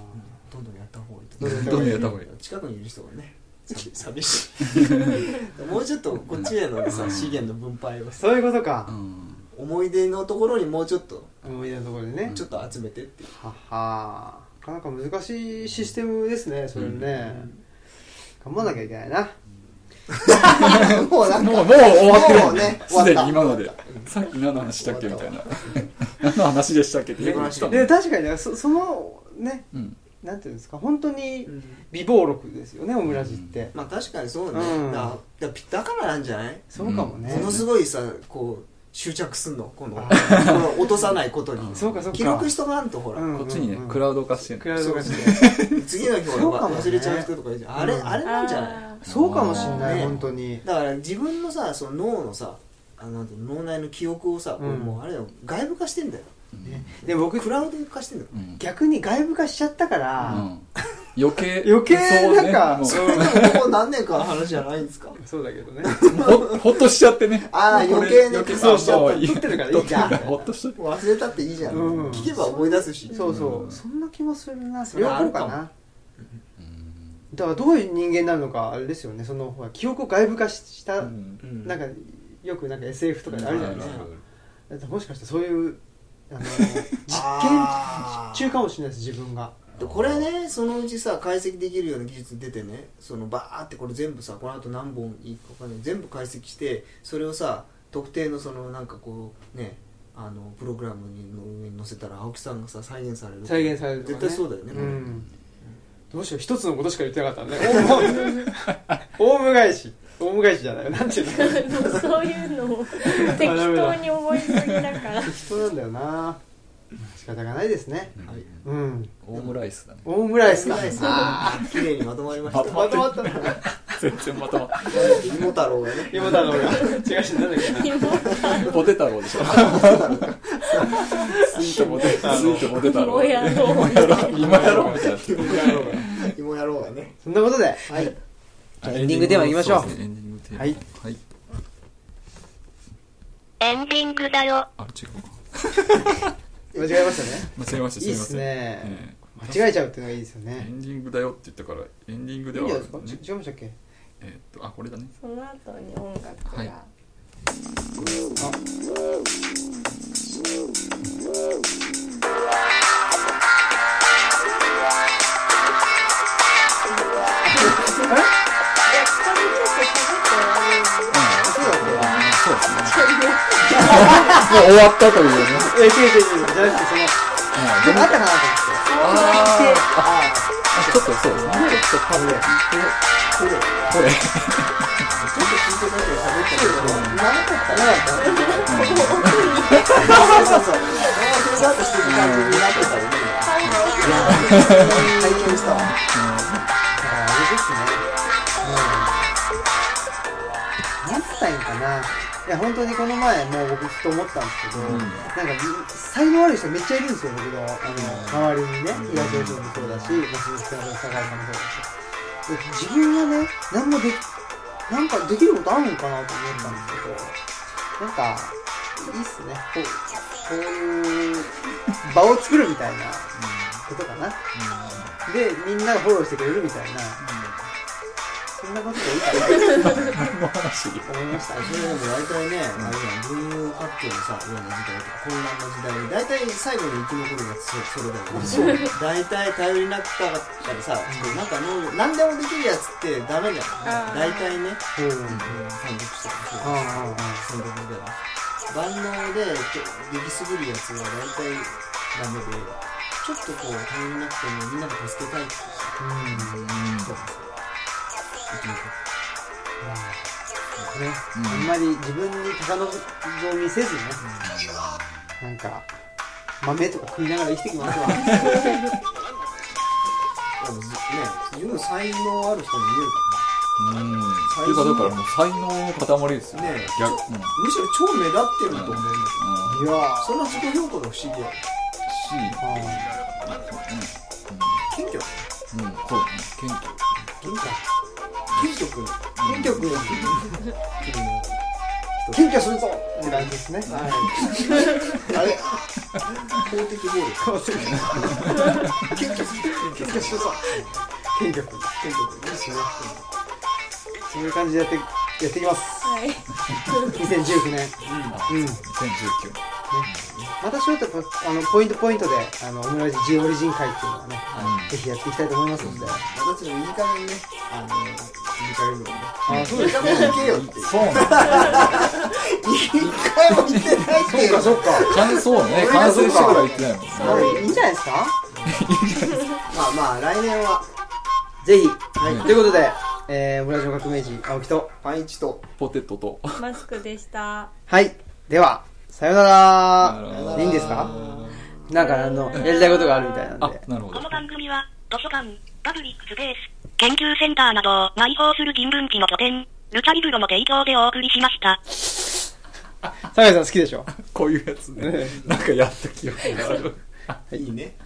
Speaker 2: どんどんやった方がいいと
Speaker 4: ど
Speaker 2: 思
Speaker 4: ん
Speaker 2: う
Speaker 4: どんやった方がいい
Speaker 2: 近くにいる人 がね寂寂しいもうちょっとこっちへのさ資源の分配をさ
Speaker 1: そういうことか、
Speaker 4: うん
Speaker 2: 思い出のところにもうちょっと
Speaker 1: 思い出のところでね、
Speaker 4: うん
Speaker 2: ちょっと集めてっていう
Speaker 1: ははなかなか難しいシステムですねそれね、頑張んなきゃいけないな
Speaker 2: もうなんか
Speaker 4: もう、もう終わってるもん
Speaker 2: もうね
Speaker 4: ね。
Speaker 2: 終 わ
Speaker 4: すで
Speaker 2: った
Speaker 4: に今ので。さっき何の話したっけみたいな。何の話でしたっけって言ってたもん
Speaker 1: で確かにねそそのね
Speaker 4: うん。
Speaker 1: なんていうんですか本当に
Speaker 2: うん
Speaker 1: 美貌録ですよねオムラジって、
Speaker 2: まあ確かにそうね、
Speaker 1: うん
Speaker 2: だだだからなんじゃない、
Speaker 1: そうかもね、
Speaker 2: ものす
Speaker 1: ご
Speaker 2: ごいさこう執着すんのこの
Speaker 1: あ
Speaker 2: この落とさないことに
Speaker 1: そうかそうか
Speaker 2: 記録しとかんとほら、
Speaker 1: うん
Speaker 4: こっちにね
Speaker 1: うん、
Speaker 4: クラウド化して
Speaker 1: ク
Speaker 4: る。
Speaker 1: ラウドがして
Speaker 2: 次の日
Speaker 1: そうか
Speaker 2: は
Speaker 1: もね
Speaker 2: 忘れちゃう人とかいるじゃんあれ、
Speaker 1: うん
Speaker 2: あれなんじゃない
Speaker 1: そうかもしんない、
Speaker 2: ね
Speaker 1: 本当に
Speaker 2: だから自分のさその脳のさあのなんていうの脳内の記憶をさ、これもうあれよ外部化してんだよ
Speaker 1: ねでも僕
Speaker 2: クラウド化してんだよ
Speaker 4: うん
Speaker 1: 逆に外部化しちゃったか
Speaker 4: う
Speaker 1: ら、
Speaker 4: ん余計。
Speaker 1: 余計なんか
Speaker 4: そうね
Speaker 2: でもここ何年かの話じゃないんですか
Speaker 1: そうだけどね
Speaker 4: もうほ ほっとしちゃってね。
Speaker 2: あー
Speaker 4: もうこれ
Speaker 2: 余計ね
Speaker 4: 余計
Speaker 2: そうそう
Speaker 4: そうそう
Speaker 1: 撮ってるからいい
Speaker 4: 撮って
Speaker 2: じゃん
Speaker 4: ほっとしちゃって。
Speaker 2: 忘れたっていいじゃん、
Speaker 1: うん
Speaker 2: 聞けば思い出すし
Speaker 1: そうそう、
Speaker 4: うん
Speaker 1: そんな気もするなそ
Speaker 2: そ
Speaker 1: れ
Speaker 2: れ
Speaker 1: はあ
Speaker 2: はあ
Speaker 1: る
Speaker 2: る
Speaker 1: か
Speaker 2: かも
Speaker 1: な
Speaker 4: うん
Speaker 1: だからどういう人間になるのかあれですよねそのほら記憶を外部化した、
Speaker 4: うん
Speaker 2: うん
Speaker 1: なんかよくなんか SF とかであるじゃないですか,、
Speaker 2: うん
Speaker 1: だってもしかしてそういうあの
Speaker 2: あ
Speaker 1: 実験中
Speaker 2: ー
Speaker 1: かもしれないです自分が
Speaker 2: でこれねそのうちさ解析できるような技術出てねそのバーってこれ全部さこの後何本いいか分かんない全部解析してそれをさ特定のそのなんかこうねあのプログラムの上に載せたら青木さんがさ再現される
Speaker 1: 再現されるとか、ね、
Speaker 2: 絶対そうだよね、
Speaker 1: ん、どうしよう一つのことしか言ってなかった ねオウムオウム返しオウム返しじゃないよなんていうの
Speaker 3: そういうの を適当に思いすぎだから
Speaker 1: 適当なんだよな仕方がないですね
Speaker 4: うん
Speaker 2: はい
Speaker 1: うん
Speaker 4: オムライスだね。
Speaker 1: オウムライスだ
Speaker 2: あー綺麗にまとまりました
Speaker 1: まとまったな
Speaker 4: 全然またまっ
Speaker 2: 芋太郎がね
Speaker 1: 今太郎が違うしなんだっけな
Speaker 3: 今
Speaker 4: てポテ太郎でしょ。スイートポテ、スイートポテ太郎。
Speaker 3: もやろう
Speaker 4: 今やろう。今やろうみたいな。
Speaker 2: 芋野郎がね
Speaker 1: そんなことで
Speaker 2: はい
Speaker 4: じゃあ
Speaker 1: エンディングテーマいきましょう
Speaker 4: そですねエンディングテーマ。
Speaker 1: はい。
Speaker 4: はい。
Speaker 5: エンディングだよ。
Speaker 4: あれ違うか。
Speaker 1: 間違えましたね
Speaker 4: 間違えました。す
Speaker 1: いい
Speaker 4: み
Speaker 1: っ
Speaker 4: ますせん。
Speaker 1: ね
Speaker 4: え
Speaker 1: 間違えちゃうっていうのがいいですよ
Speaker 4: えエ
Speaker 1: ね
Speaker 4: ンディングだよって言ったから、エンディング
Speaker 1: い
Speaker 4: で
Speaker 1: いん
Speaker 4: は
Speaker 1: じ
Speaker 4: あ
Speaker 1: ゃない
Speaker 4: る
Speaker 1: ですか
Speaker 4: ね。
Speaker 1: ち違いましたっけ
Speaker 4: えーっと、あ、これだね。
Speaker 3: その後に音楽
Speaker 4: はい
Speaker 3: が
Speaker 1: そうだっ
Speaker 4: そうですね。もう終わったというね。
Speaker 1: けえ違う違う違うじゃなくてその
Speaker 4: あでも
Speaker 1: あったかなと思って
Speaker 4: あーあちょっとそうですね。ちょっと多分、これ、
Speaker 2: 長かったねそうそうそうフェードアウトしてる感じになってたよね体験したわ
Speaker 1: ああれですねうん何つったらいいのかないや本当にこの前もう僕ずっと思ったんですけど、
Speaker 4: うん
Speaker 1: なんか才能ある人めっちゃいるんですよ僕のあの周りにね東野君もそうだし松本さんも酒井さんもそうだしで自分がね何もできなんかできることあるのかなと思ったんですけど、なんかいいっすねこうこういう場を作るみたいなことかな、でみんながフォローしてくれるみたいな、そんなことでいいかなと
Speaker 4: この話。
Speaker 1: 思いました
Speaker 2: それでも大体ね、あれじゃん、文雄割拠のさ、ような時代とか、混乱の時代、大体最後に生き残るやつ、そそれだよね。そう。大体頼りなかったらさ、なんかの、何でもできるやつってダメだよね。
Speaker 3: あー
Speaker 2: 大体
Speaker 1: う
Speaker 2: ね、
Speaker 1: ん
Speaker 2: 単独して
Speaker 1: ああ
Speaker 2: る。
Speaker 1: ああ
Speaker 2: 戦国時代は。万能で、できすぎるやつは大体ダメで、ちょっとこう、頼りなくてもみんなが助けたいっていうさ
Speaker 1: うん
Speaker 2: 人がさ、生き残る。
Speaker 1: ね、
Speaker 4: うん
Speaker 1: あんまり自分に高望みせずね、なんか豆とか食いながら生きてきますわ
Speaker 2: でもね自分の才能ある人も
Speaker 4: うんっていうかだからもう才能の塊ですよ
Speaker 2: 見えるからねね
Speaker 4: 逆、うん
Speaker 2: むしろ超目立ってると思うんだけど、
Speaker 4: うん
Speaker 1: いや
Speaker 2: その自己評価が不思議や
Speaker 4: し、
Speaker 2: 謙虚
Speaker 4: うん、うん、そうだね、謙虚。
Speaker 2: 謙虚謙虚君謙虚君君の
Speaker 1: ー謙虚するぞって感じですね
Speaker 2: はいあれ公的暴力
Speaker 1: 変わってる
Speaker 2: 謙虚する謙虚するぞ
Speaker 1: 謙虚くん
Speaker 2: 謙虚君いいしね
Speaker 1: そういう感じでやってやっていきます
Speaker 3: はい
Speaker 1: 2019年うん
Speaker 4: 2019。
Speaker 1: またそういったこあのポイントポイントであのオムラジ G オリジン会っていうのはね、
Speaker 4: うん
Speaker 1: ぜひやっていきたいと思いますので、
Speaker 2: 私たちもいい加減ねあのいい加減だね
Speaker 1: あそう
Speaker 2: いい加減いけよっていう
Speaker 4: そうなんだ。
Speaker 2: 一回も言ってないっていう
Speaker 1: そっか
Speaker 4: 感想ね、完成してから言ってないもんね。
Speaker 1: いいんじゃないですか
Speaker 2: まあまあ来年は
Speaker 1: ぜひ、
Speaker 4: い
Speaker 1: ということで、えー、オムラジの革命児青木と
Speaker 2: パンイチと
Speaker 4: ポテトと。
Speaker 3: マスクでした
Speaker 1: はいではさような
Speaker 4: なるほ
Speaker 1: ら
Speaker 4: ど
Speaker 1: いいんですかなんかあのやりたいことがあるみたいな
Speaker 4: あ
Speaker 1: んで、
Speaker 4: なるほ
Speaker 5: こ
Speaker 4: ど
Speaker 5: の。番組は、図書館、パブリックスペース、研究センターなどを内包する人文地の拠点、ルチャリブロの提供でお送りしました。
Speaker 1: 酒井さん好きでしょ
Speaker 4: こういうやつね。なんかやった記憶がある。
Speaker 2: いいね